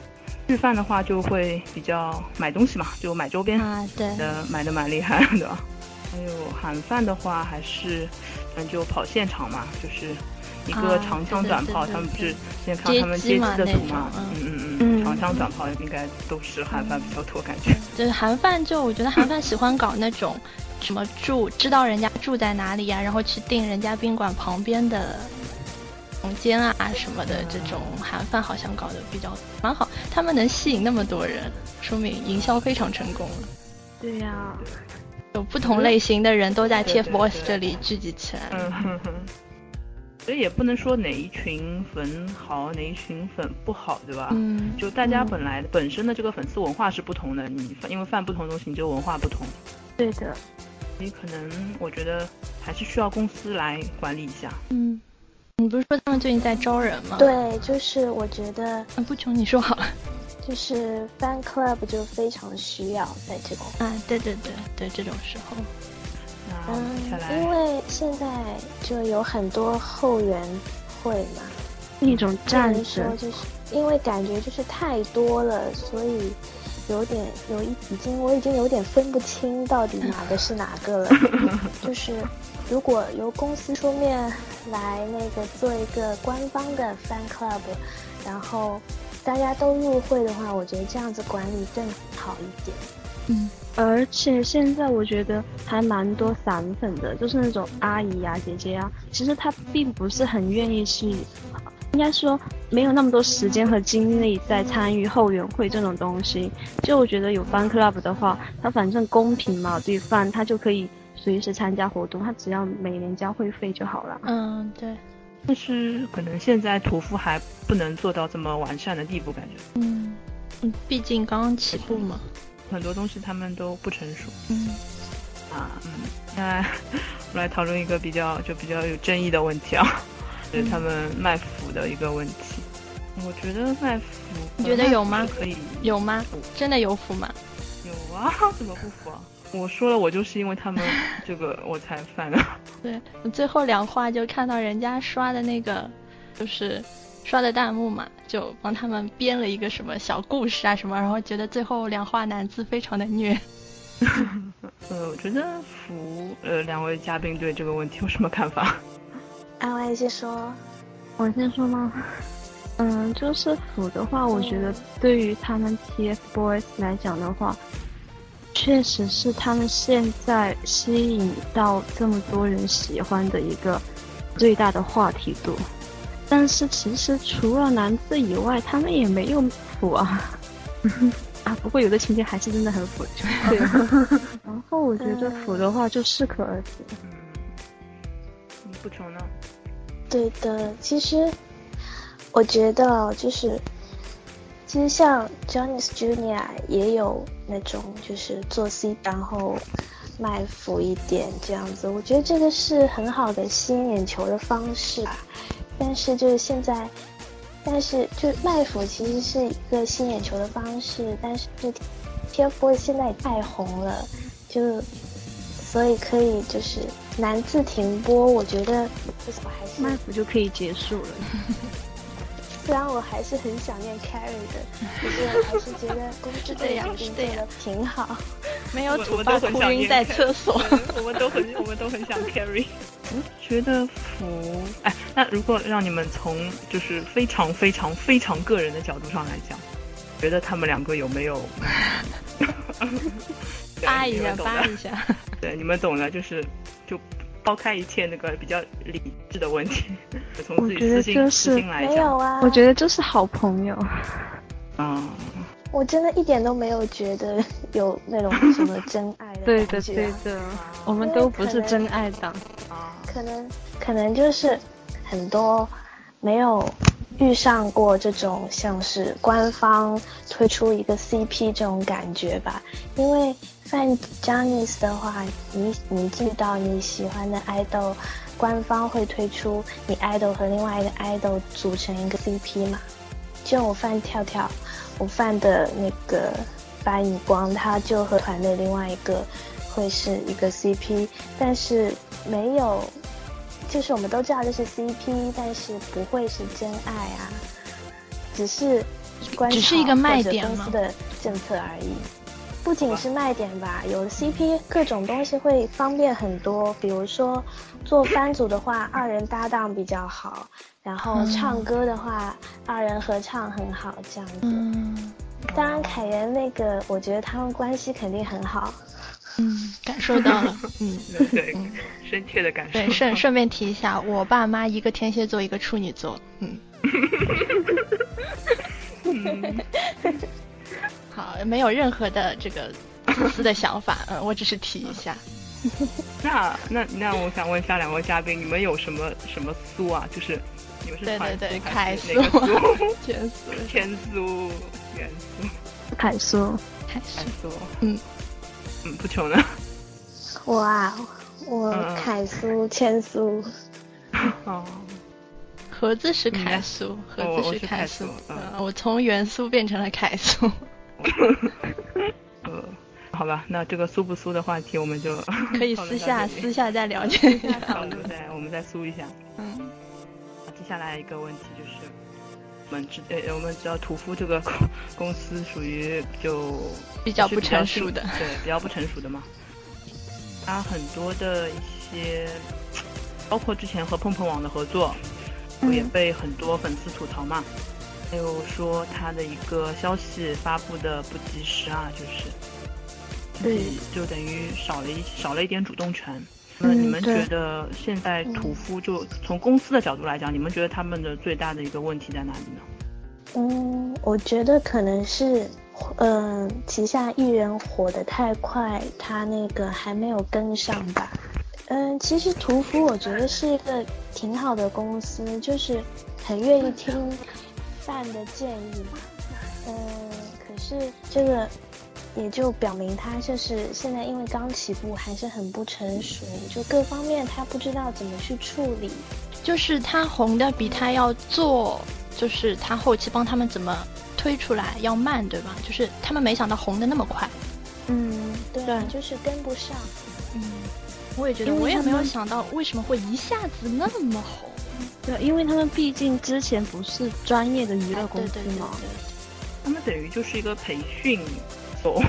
Speaker 2: 日饭的话就会比较买东西嘛，就买周边
Speaker 1: 啊，对，
Speaker 2: 的，买的蛮厉害 <laughs> 的。还有韩饭的话，还是嗯就跑现场嘛，就是一个
Speaker 1: 啊
Speaker 2: 长
Speaker 1: 对
Speaker 2: 枪
Speaker 1: 对
Speaker 2: 短
Speaker 1: 对
Speaker 2: 炮，
Speaker 1: 对
Speaker 2: 他们不
Speaker 1: 对
Speaker 2: 是之前看到他们
Speaker 1: 街
Speaker 2: 街
Speaker 1: 机
Speaker 2: 机
Speaker 1: 嘛
Speaker 2: 的图
Speaker 1: 那
Speaker 2: 嘛，
Speaker 1: 种
Speaker 2: 嗯嗯
Speaker 4: 嗯
Speaker 2: 嗯，长枪短炮应该都是韩饭比较多感觉。
Speaker 1: 就是韩范，就我觉得韩范喜欢搞那种什么住，知道人家住在哪里呀、然后去订人家宾馆旁边的房间啊什么的，这种韩范好像搞得比较蛮好。他们能吸引那么多人，说明营销非常成功了。
Speaker 4: 对呀、
Speaker 1: 有不同类型的人都在
Speaker 2: 嗯对对
Speaker 1: TFBOYS
Speaker 2: 对
Speaker 1: 这里聚集起来。
Speaker 2: 嗯哼哼，所以也不能说哪一群粉好，哪一群粉不好，对吧？
Speaker 1: 嗯，
Speaker 2: 就大家本来本身的这个粉丝文化是不同的，你因为犯不同的东西，你就文化不同。
Speaker 4: 对的，
Speaker 2: 所以可能我觉得还是需要公司来管理一下。
Speaker 1: 嗯，你不是说他们最近在招人吗？，
Speaker 3: 对，就是我觉得
Speaker 1: 啊、不穷，你说好了。
Speaker 3: 就是 fan club 就非常需要在这个，
Speaker 1: 啊，对对对对，这种时候，
Speaker 2: 那我们接下
Speaker 3: 嗯，因
Speaker 2: 来，
Speaker 3: 为现在就有很多后援会嘛，
Speaker 4: 一种
Speaker 3: 不
Speaker 4: 战
Speaker 3: 能说
Speaker 4: 神。
Speaker 3: 嗯就是因为感觉就是太多了，所以有点有一已经我已经有点分不清到底哪个是哪个 <laughs> 了。就是如果由公司出面来那个做一个官方的 fan club，然后大家都入会的话，我觉得这样子管理更好一点。
Speaker 4: 而且现在我觉得还蛮多散粉的，就是那种阿姨啊、姐姐啊，其实她并不是很愿意去，呃应该说没有那么多时间和精力在参与后援会这种东西。就我觉得有 fan club 的话，他反正公平嘛，对饭他就可以随时参加活动，他只要每年交会费就好了。
Speaker 1: 嗯，对，
Speaker 2: 但是可能现在屠夫还不能做到这么完善的地步，感觉
Speaker 1: 嗯嗯，毕竟刚刚起步嘛。
Speaker 2: 很多东西他们都不成熟
Speaker 1: 嗯，
Speaker 2: 啊。嗯，那我们来讨论一个比较就比较有争议的问题啊，就是
Speaker 1: 嗯
Speaker 2: 他们卖腐的一个问题。我觉得卖腐，
Speaker 1: 你觉得有吗
Speaker 2: 卖腐是可以
Speaker 1: 有吗？真的有腐吗？
Speaker 2: 有啊， <laughs> 怎么不服啊？我说了，我就是因为
Speaker 1: <laughs>
Speaker 2: 他们这个我才犯的。
Speaker 1: 对，我最后两话就看到人家刷的那个
Speaker 5: 就是刷的弹幕嘛，就帮他们编了一个什么小故事啊什么，然后觉得最后两话难字非常的虐。
Speaker 2: 呃，我觉得服呃两位嘉宾对这个问题有什么看法？
Speaker 3: 安慰先说，
Speaker 4: 我先说吗？ <laughs> 嗯，就是腐的话，我觉得对于他们 TFBOYS 来讲的话，确实是他们现在吸引到这么多人喜欢的一个最大的话题度。但是其实除了男字以外，他们也没有腐啊。 <laughs> 啊，不过有的情节还是真的很腐，对。然后我觉得腐的话就适可而止。
Speaker 2: 嗯，不愁呢。
Speaker 3: 对的，其实我觉得啊就是，其实像 Johnny's Junior 也有那种就是做 C 然后卖腐一点这样子，我觉得这个是很好的吸引眼球的方式吧。但是就是现在，但是就卖腐其实是一个吸引眼球的方式，但是 TFBOYS 现在也太红了，就所以可以就是难字停播，我觉得至少还是
Speaker 4: 麦腐就可以结束了。
Speaker 3: 虽然我还是很想念 Carrie
Speaker 4: <laughs>
Speaker 3: 的，可是我还是觉得公知队长
Speaker 5: 是
Speaker 3: 定
Speaker 5: 这
Speaker 3: 做
Speaker 5: 样
Speaker 3: 的挺好。
Speaker 5: <laughs> 没有
Speaker 2: 我
Speaker 5: 土
Speaker 2: 我
Speaker 5: 巴
Speaker 2: 都很
Speaker 5: 哭
Speaker 2: 想
Speaker 5: 晕
Speaker 2: 念
Speaker 5: 在
Speaker 2: 看
Speaker 5: 厕所。
Speaker 2: 我们都很我们都很 <laughs> 想 carry。我觉得服哎，那如果让你们从就是非常非常非常个人的角度上来讲，觉得他们两个有没 <laughs> 有？ <laughs> 对
Speaker 5: 扒一下
Speaker 2: 你们，懂的
Speaker 5: 扒一下。
Speaker 2: 对，你们懂的，就是就抛开一切那个比较理智的问题，从自己
Speaker 4: 我觉得
Speaker 2: 私心、
Speaker 4: 就
Speaker 2: 私
Speaker 4: 是
Speaker 2: 心来
Speaker 3: 没
Speaker 2: 讲，
Speaker 3: 有啊，
Speaker 4: 我觉得就是好朋友。
Speaker 2: 嗯，
Speaker 3: 我真的一点都没有觉得有那种什么真爱的
Speaker 4: 对
Speaker 3: 感
Speaker 4: 的，
Speaker 3: 觉啊
Speaker 4: 对的，我们都不是真爱党。
Speaker 2: 啊，
Speaker 3: 可能可能就是很多没有遇上过这种像是官方推出一个 CP 这种感觉吧，因为范 Johnny's 的话，你你遇到你喜欢的爱豆，官方会推出你爱豆和另外一个爱豆组成一个 CP 嘛，就我范跳跳，我范的那个白宇光，他就和团队另外一个会是一个 CP，但是没有，就是我们都知道这是 CP，但是不会是真爱啊，只是观
Speaker 5: 只是一个卖点
Speaker 3: 公
Speaker 5: 吗
Speaker 3: 司的政策而已。不仅是卖点吧，有了 CP 各种东西会方便很多。比如说，做番组的话，二人搭档比较好；然后唱歌的话，二人合唱很好，这样子。
Speaker 5: <laughs> 嗯
Speaker 3: 当然，凯源那个，我觉得他们关系肯定很好。
Speaker 5: 嗯，感受到了。 <laughs> 嗯，
Speaker 2: 对对， <laughs> 深切的感受。
Speaker 5: 对， <laughs> 顺顺便提一下，我爸妈一个天蝎座，一个处女座。 <laughs> 嗯。好，没有任何的这个自私的想法，嗯，我只是提一下。
Speaker 2: 那那那我想问一下两位嘉宾，你们有什么什么苏啊？就是你们是
Speaker 5: 对
Speaker 2: 团
Speaker 5: 对对，
Speaker 2: 苏
Speaker 5: 凯
Speaker 2: 还是
Speaker 5: 苏
Speaker 2: 哪
Speaker 5: <laughs>
Speaker 2: 个苏？， <laughs>
Speaker 5: 全苏，
Speaker 2: 天苏、元苏、
Speaker 4: 凯叔，
Speaker 5: 凯
Speaker 2: 安
Speaker 5: 苏。
Speaker 2: 苏，
Speaker 5: 嗯
Speaker 2: 嗯，不求呢。
Speaker 3: 我啊，我
Speaker 2: 嗯
Speaker 3: 凯苏、千苏，
Speaker 2: 哦，
Speaker 5: 盒子是
Speaker 2: 你
Speaker 5: 凯
Speaker 2: 呢
Speaker 5: 苏，盒
Speaker 2: 哦我
Speaker 5: 子
Speaker 2: 是
Speaker 5: 凯
Speaker 2: 凯
Speaker 5: 苏
Speaker 2: 苏。嗯
Speaker 5: 嗯，我从元苏变成了凯 <laughs> 苏。
Speaker 2: <laughs> 呃，好吧，那这个苏不苏的话题，我们就
Speaker 5: <laughs> 可以
Speaker 2: 讨论
Speaker 5: 私
Speaker 2: 到
Speaker 5: 下
Speaker 2: 这里
Speaker 5: 私下再了解一下。
Speaker 2: <laughs> 好，我们再我们再苏一下。
Speaker 5: 嗯，
Speaker 2: 那接下来一个问题就是，我们知呃我们知道屠夫这个公公司属于就
Speaker 5: 比较
Speaker 2: 是
Speaker 5: 不成熟的
Speaker 2: 新对，比较不成熟的嘛。它很多的一些，包括之前和碰碰网的合作，也
Speaker 5: 嗯
Speaker 2: 被很多粉丝吐槽嘛。还有说它的一个消息发布的不及时啊，就是自己就等于少了一少了一点主动权。那
Speaker 4: 嗯
Speaker 2: 你们
Speaker 4: 对
Speaker 2: 觉得现在
Speaker 5: 嗯
Speaker 2: 屠夫就从公司的角度来讲，你们觉得他们的最大的一个问题在哪里呢？
Speaker 3: 嗯，我觉得可能是，嗯、旗下艺人火得太快，他那个还没有跟上吧。嗯，其实屠夫我觉得是一个挺好的公司，就是很愿意听范的建议嘛。嗯，可是这个也就表明他就是现在因为刚起步，还是很不成熟，就各方面他不知道怎么去处理。
Speaker 5: 就是他红的比他要做，就是他后期帮他们怎么推出来要慢，对吧？就是他们没想到红的那么快。
Speaker 3: 嗯，对啊，
Speaker 5: 对
Speaker 3: 就是跟不上。
Speaker 5: 嗯，我也觉得，
Speaker 3: 因为
Speaker 5: 我也
Speaker 3: 他
Speaker 5: 没有
Speaker 3: 们
Speaker 5: 想到为什么会一下子那么红。
Speaker 4: 对，因为他们毕竟之前不是专业的娱乐公
Speaker 1: 对
Speaker 4: 司
Speaker 1: 对对对
Speaker 4: 嘛，
Speaker 2: 他们等于就是一个培训所，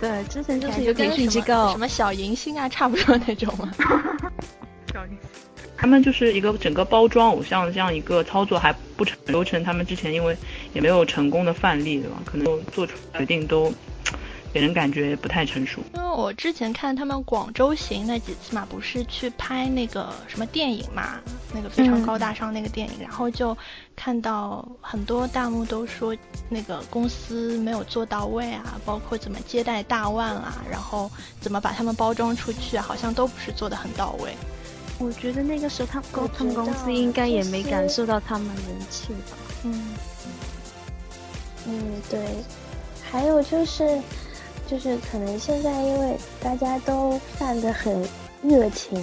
Speaker 4: 对，之前就
Speaker 1: 对，感
Speaker 4: 是一
Speaker 1: 觉
Speaker 4: 个
Speaker 1: 跟
Speaker 4: 培训
Speaker 1: 什
Speaker 4: 机
Speaker 1: 么
Speaker 4: 构
Speaker 1: 什，么小迎新啊差不多那种嘛。
Speaker 2: 他们就是一个整个包装偶像的这样一个操作，还不成流程。他们之前因为也没有成功的范例，对吧？可能做出决定都给人感觉不太成熟。
Speaker 1: 因为我之前看他们广州行那几次嘛，不是去拍那个什么电影嘛，那个非常
Speaker 4: 嗯
Speaker 1: 高大上那个电影，然后就看到很多弹幕都说那个公司没有做到位啊，包括怎么接待大腕啊，然后怎么把他们包装出去啊，好像都不是做的很到位。
Speaker 4: 我觉得那个时候他
Speaker 3: 我
Speaker 4: 公他们
Speaker 3: 觉
Speaker 4: 公
Speaker 3: 得
Speaker 4: 司应该也
Speaker 3: 就
Speaker 4: 没
Speaker 3: 是
Speaker 4: 感受到他们人气吧。
Speaker 1: 嗯，
Speaker 3: 嗯，对。还有就是，就是可能现在因为大家都犯得很热情，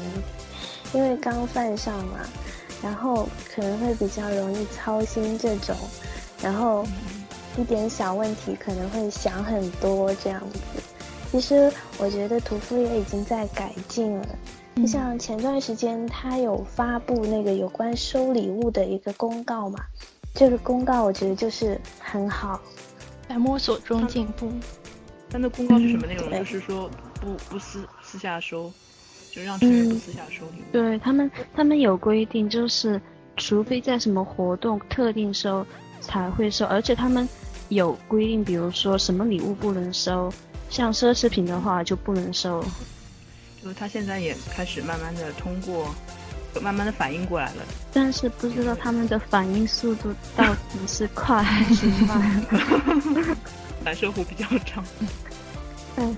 Speaker 3: 因为刚犯上嘛，然后可能会比较容易操心这种，然后一点小问题可能会想很多这样子。其实我觉得屠夫也已经在改进了。就像前段时间他有发布那个有关收礼物的一个公告嘛，这个公告我觉得就是很好，
Speaker 1: 在摸索中进步。
Speaker 2: 但那公告是什么内容？
Speaker 3: 对
Speaker 2: 就是说不不私私下收，就让成员不私下收礼物。
Speaker 4: 对他们，他们有规定，就是除非在什么活动特定收才会收，而且他们有规定，比如说什么礼物不能收，像奢侈品的话就不能收。
Speaker 2: 就是他现在也开始慢慢的通过，慢慢的反应过来了。
Speaker 4: 但是不知道他们的反应速度到底是快还是 <laughs> 慢。
Speaker 2: 蓝射弧比较长。 <laughs>
Speaker 4: 嗯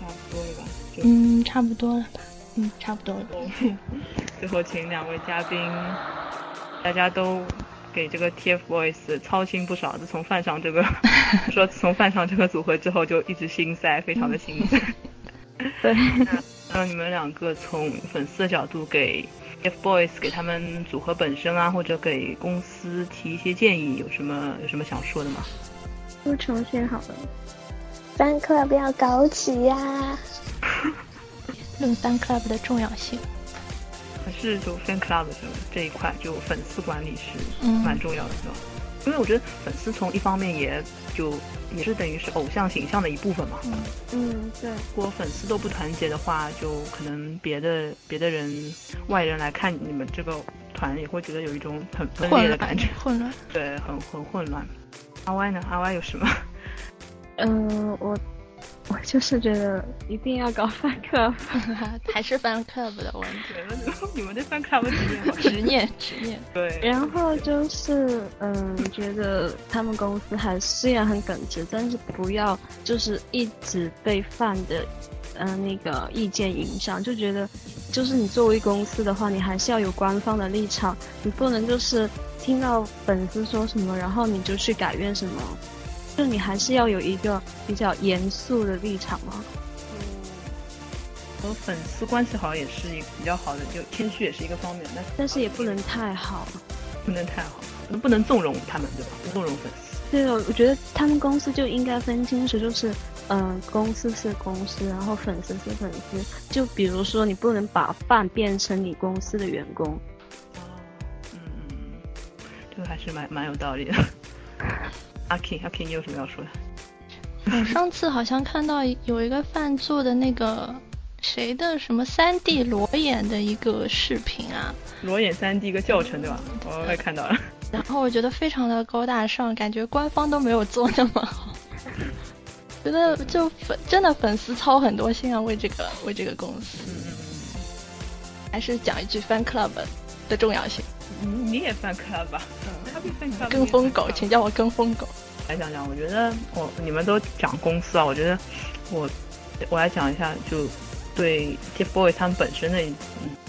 Speaker 2: 差不多了吧。就
Speaker 1: 嗯，差不多了吧？嗯，差不多了。
Speaker 2: 最后请两位嘉宾，大家都给这个 TFBOYS 操心不少，自从犯上这个说自从犯上这个组合之后，就一直心塞，非常的心塞。
Speaker 4: 对，
Speaker 2: 让你们两个从粉丝的角度给 TFBOYS 给他们组合本身啊，或者给公司提一些建议，有什么有什么想说的吗？
Speaker 4: 不重现好了。
Speaker 3: 班 club 要搞起呀、
Speaker 1: 论 fan club 的重要性。
Speaker 2: 还是就 fan club 这这一块，就粉丝管理是
Speaker 1: 嗯
Speaker 2: 蛮重要的，是吧？因为我觉得粉丝从一方面也就也是等于是偶像形象的一部分嘛。
Speaker 4: 嗯，对，
Speaker 2: 如果粉丝都不团结的话，就可能别的别的人外人来看你们这个团，也会觉得有一种很分裂
Speaker 1: 混
Speaker 2: 的
Speaker 1: 乱
Speaker 2: 感觉，
Speaker 1: 混乱。 <laughs>
Speaker 2: 对，很很混乱。阿 Y 呢？阿 Y 有什么？ <laughs>
Speaker 4: 嗯、我我就是觉得一定要搞饭课。
Speaker 1: 还是 fan club 的问题，
Speaker 2: 你们的 fan club 体验吗？
Speaker 4: <laughs>
Speaker 1: 执念执念。
Speaker 2: 对，
Speaker 4: 然后就是，嗯，觉得他们公司还虽然很耿直，但是不要就是一直被饭的，呃，那个意见影响，就觉得，就是你作为公司的话，你还是要有官方的立场，你不能就是听到粉丝说什么，然后你就去改变什么，就你还是要有一个比较严肃的立场嘛。
Speaker 2: 和粉丝关系好也是一个比较好的，就谦虚也是一个方面，但是
Speaker 4: 但是也不能太好。
Speaker 2: 不能太好，不能纵容他们，对吧？纵容粉丝。
Speaker 4: 对的，我觉得他们公司就应该分清楚，就是，嗯、公司是公司，然后粉丝是粉丝。就比如说，你不能把饭变成你公司的员工。
Speaker 2: 嗯，嗯，这个还是蛮蛮有道理的。 <laughs> 阿 King，阿 King，你有什么要说的？
Speaker 1: 我上次好像看到有一个饭做的那个谁的什么三 D 裸眼的一个视频啊，
Speaker 2: 裸眼三 D 一个教程对吧？我也看到了。
Speaker 1: 然后我觉得非常的高大上，感觉官方都没有做那么好。觉得就粉真的粉丝操很多心啊，为这个为这个公司，
Speaker 2: 嗯
Speaker 1: 还是讲一句 fan club 的重要性。
Speaker 2: 嗯，你也犯 club 吧？他被犯 club，
Speaker 1: 跟风狗，请叫我跟风狗。
Speaker 2: 来讲讲，我觉得我你们都讲公司啊，我觉得我我来讲一下，就对 TFBOYS 他们本身的一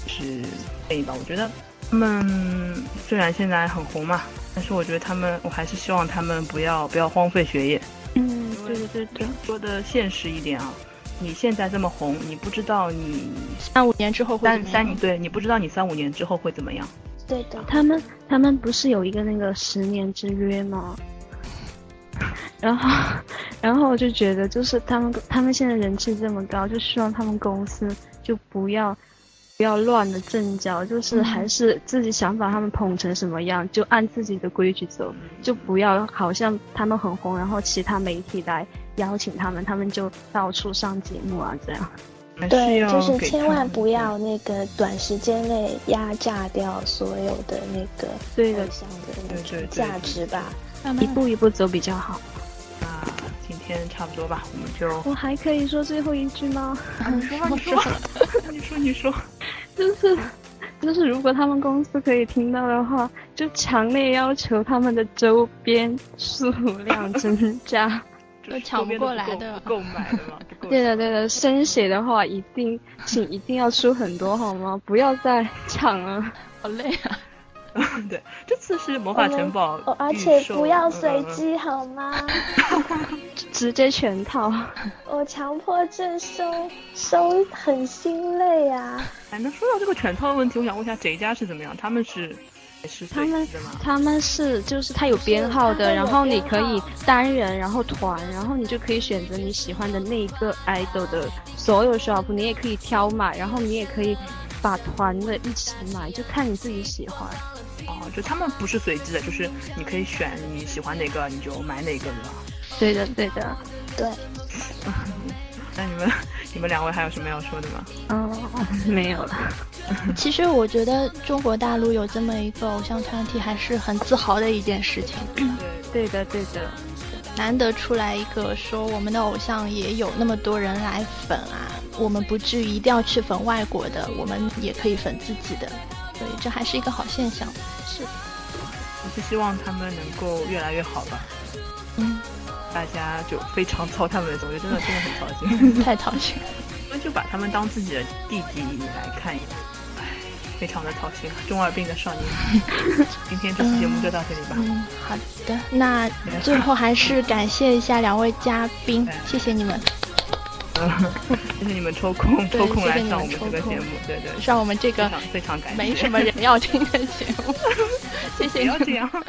Speaker 2: 是建议吧。我觉得他们虽然现在很红嘛，但是我觉得他们，我还是希望他们不要不要荒废学业，
Speaker 4: 嗯，
Speaker 2: 对
Speaker 4: 对对对对，
Speaker 2: 说的现实一点啊，你现在这么红，你不知道你
Speaker 1: 三五年之后会怎
Speaker 2: 三
Speaker 1: 么样
Speaker 2: 三你对你不知道你三五年之后会怎么样。
Speaker 3: 对的，
Speaker 4: 他们他们不是有一个那个十年之约吗？然后， <laughs> 然后我就觉得，就是他们他们现在人气这么高，就希望他们公司就不要不要乱了阵脚，就是还是自己想把他们捧成什么样，就按自己的规矩走，就不要好像他们很红，然后其他媒体来邀请他们，他们就到处上节目啊，这样。
Speaker 2: 还
Speaker 3: 对，
Speaker 2: 要
Speaker 3: 就是
Speaker 2: 给
Speaker 3: 千
Speaker 2: 他
Speaker 3: 万
Speaker 2: 们
Speaker 3: 不要那个短时间内压榨掉所有的那个
Speaker 4: 对的
Speaker 3: 偶像的那
Speaker 2: 对对
Speaker 3: 种
Speaker 2: 对
Speaker 3: 价
Speaker 2: 对
Speaker 3: 值吧。
Speaker 1: 慢慢
Speaker 4: 一步一步走比较好。
Speaker 2: 那今天差不多吧，我们就
Speaker 4: 我还可以说最后一句吗？
Speaker 2: 说 <laughs> 你说，你说你说，
Speaker 4: 就是 <laughs> 就是，如果他们公司可以听到的话，就强烈要求他们的周边数量增加。
Speaker 2: 这
Speaker 1: 都
Speaker 2: 是
Speaker 1: 抢
Speaker 2: 周
Speaker 1: 不
Speaker 2: 边
Speaker 1: 过
Speaker 2: 都
Speaker 1: 来
Speaker 2: 够
Speaker 1: 的
Speaker 2: 不够买的吗？不够
Speaker 4: <laughs> 对的，对的，生写的话一定，请一定要出很多好吗？不要再抢了。
Speaker 1: 好累啊！
Speaker 2: 对，这次是魔法城堡
Speaker 3: 哦，而
Speaker 2: 预
Speaker 3: 且
Speaker 2: 售
Speaker 3: 不要
Speaker 2: 嗯
Speaker 3: 随
Speaker 2: 嗯嗯
Speaker 3: 机好吗？
Speaker 4: <laughs> 直接全套，
Speaker 3: 我强迫症收收很心
Speaker 2: <laughs>
Speaker 3: 累啊。
Speaker 2: 哎，那说到这个全套问题，我想问一下谁家是怎么样？他们是也是
Speaker 4: 他
Speaker 2: 随
Speaker 4: 们
Speaker 2: 机的吗？
Speaker 4: 他们是就是它有编号的，然后你可以单人，然后团，然后你就可以选择你喜欢的那一个 idol 的所有 shop，你也可以挑买，然后你也可以把团的一起买，就看你自己喜欢。
Speaker 2: 哦，就他们不是随机的，就是你可以选你喜欢哪个你就买哪个的。
Speaker 4: 对的，对的。
Speaker 3: 对，
Speaker 2: 那你们你们两位还有什么要说的吗？
Speaker 4: 嗯，没有了。
Speaker 1: <laughs> 其实我觉得中国大陆有这么一个偶像团体，还是很自豪的一件事情。
Speaker 2: 对，
Speaker 4: 对的，对的。
Speaker 1: 难得出来一个说我们的偶像也有那么多人来粉啊，我们不至于一定要去粉外国的，我们也可以粉自己的，所以这还是一个好现 <laughs> 象。是，
Speaker 2: 我是希望他们能够越来越好吧。
Speaker 1: 嗯，
Speaker 2: 大家就非常操他们的心，我觉得真的真的很操心。
Speaker 1: 太讨厌。
Speaker 2: 我们就把他们当自己的弟弟来看一看，唉，非常的操心。啊中二病的少年，今天这期节目就到这里吧。
Speaker 1: 嗯，好的，那最后还是感谢一下两位嘉宾
Speaker 2: 对，
Speaker 1: 谢谢你们，
Speaker 2: 谢谢你们抽空
Speaker 1: 对
Speaker 2: 抽空来
Speaker 1: 谢谢你们
Speaker 2: 上
Speaker 1: 抽
Speaker 2: 我们这个
Speaker 1: 空
Speaker 2: 节目，对对，
Speaker 1: 上我们这
Speaker 2: 非
Speaker 1: 个
Speaker 2: 常非常感谢。
Speaker 1: 没什么人要听的节 <laughs> 目，谢
Speaker 2: 不
Speaker 1: 谢你
Speaker 2: 要
Speaker 1: 们。
Speaker 2: 这样。嗯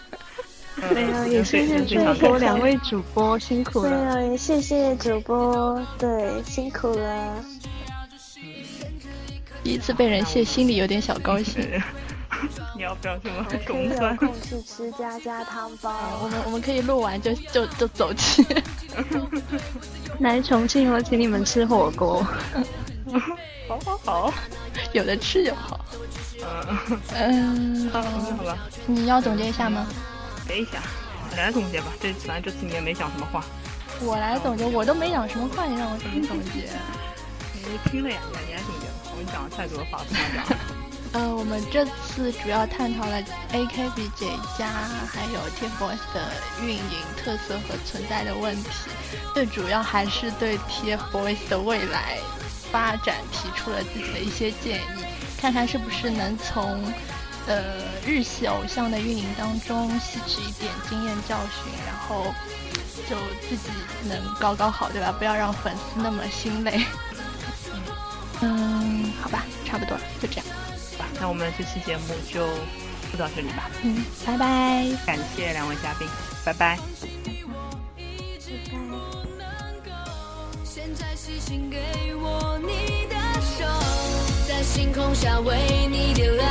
Speaker 4: 对啊，也谢谢
Speaker 2: 非常
Speaker 4: 主
Speaker 2: 感
Speaker 4: 播两位主播辛苦
Speaker 3: 对
Speaker 4: 了。
Speaker 3: 啊，也谢谢主播，对，辛苦了。
Speaker 1: 第一次被人谢，心里有点小高兴。
Speaker 2: 谢。你要不要这么
Speaker 3: 可以
Speaker 2: 穷
Speaker 3: 有
Speaker 2: 酸？
Speaker 3: 空去吃家家汤包。
Speaker 2: <laughs>
Speaker 1: 我们我们可以录完就就就走起。 <laughs>
Speaker 4: 来重庆，我请你们吃火锅。
Speaker 2: 好好好，
Speaker 1: 有的吃就好。嗯，
Speaker 2: 嗯，好吧好吧，
Speaker 1: 你要总结一下吗？
Speaker 2: 等一下，我来总结吧。这反正这次你也没讲什么话，
Speaker 1: 我来总结，我都没讲什么话，你让我怎么总结？
Speaker 2: 你听了呀，你来你来总结吧。我跟你讲了太多话，不想讲了。
Speaker 1: 呃，我们这次主要探讨了 AKB 这一家，还有 TFBOYS 的运营特色和存在的问题，最主要还是对 TFBOYS 的未来发展提出了自己的一些建议，看看是不是能从呃日系偶像的运营当中吸取一点经验教训，然后就自己能搞搞好，对吧？不要让粉丝那么心累。嗯，好吧，差不多了，就这样。
Speaker 2: 好吧那我们这期节目就录到这里吧，
Speaker 1: 嗯，拜拜。
Speaker 2: 感谢两位嘉宾，拜拜。
Speaker 6: 现在是请给我你的手，在星空下为你点亮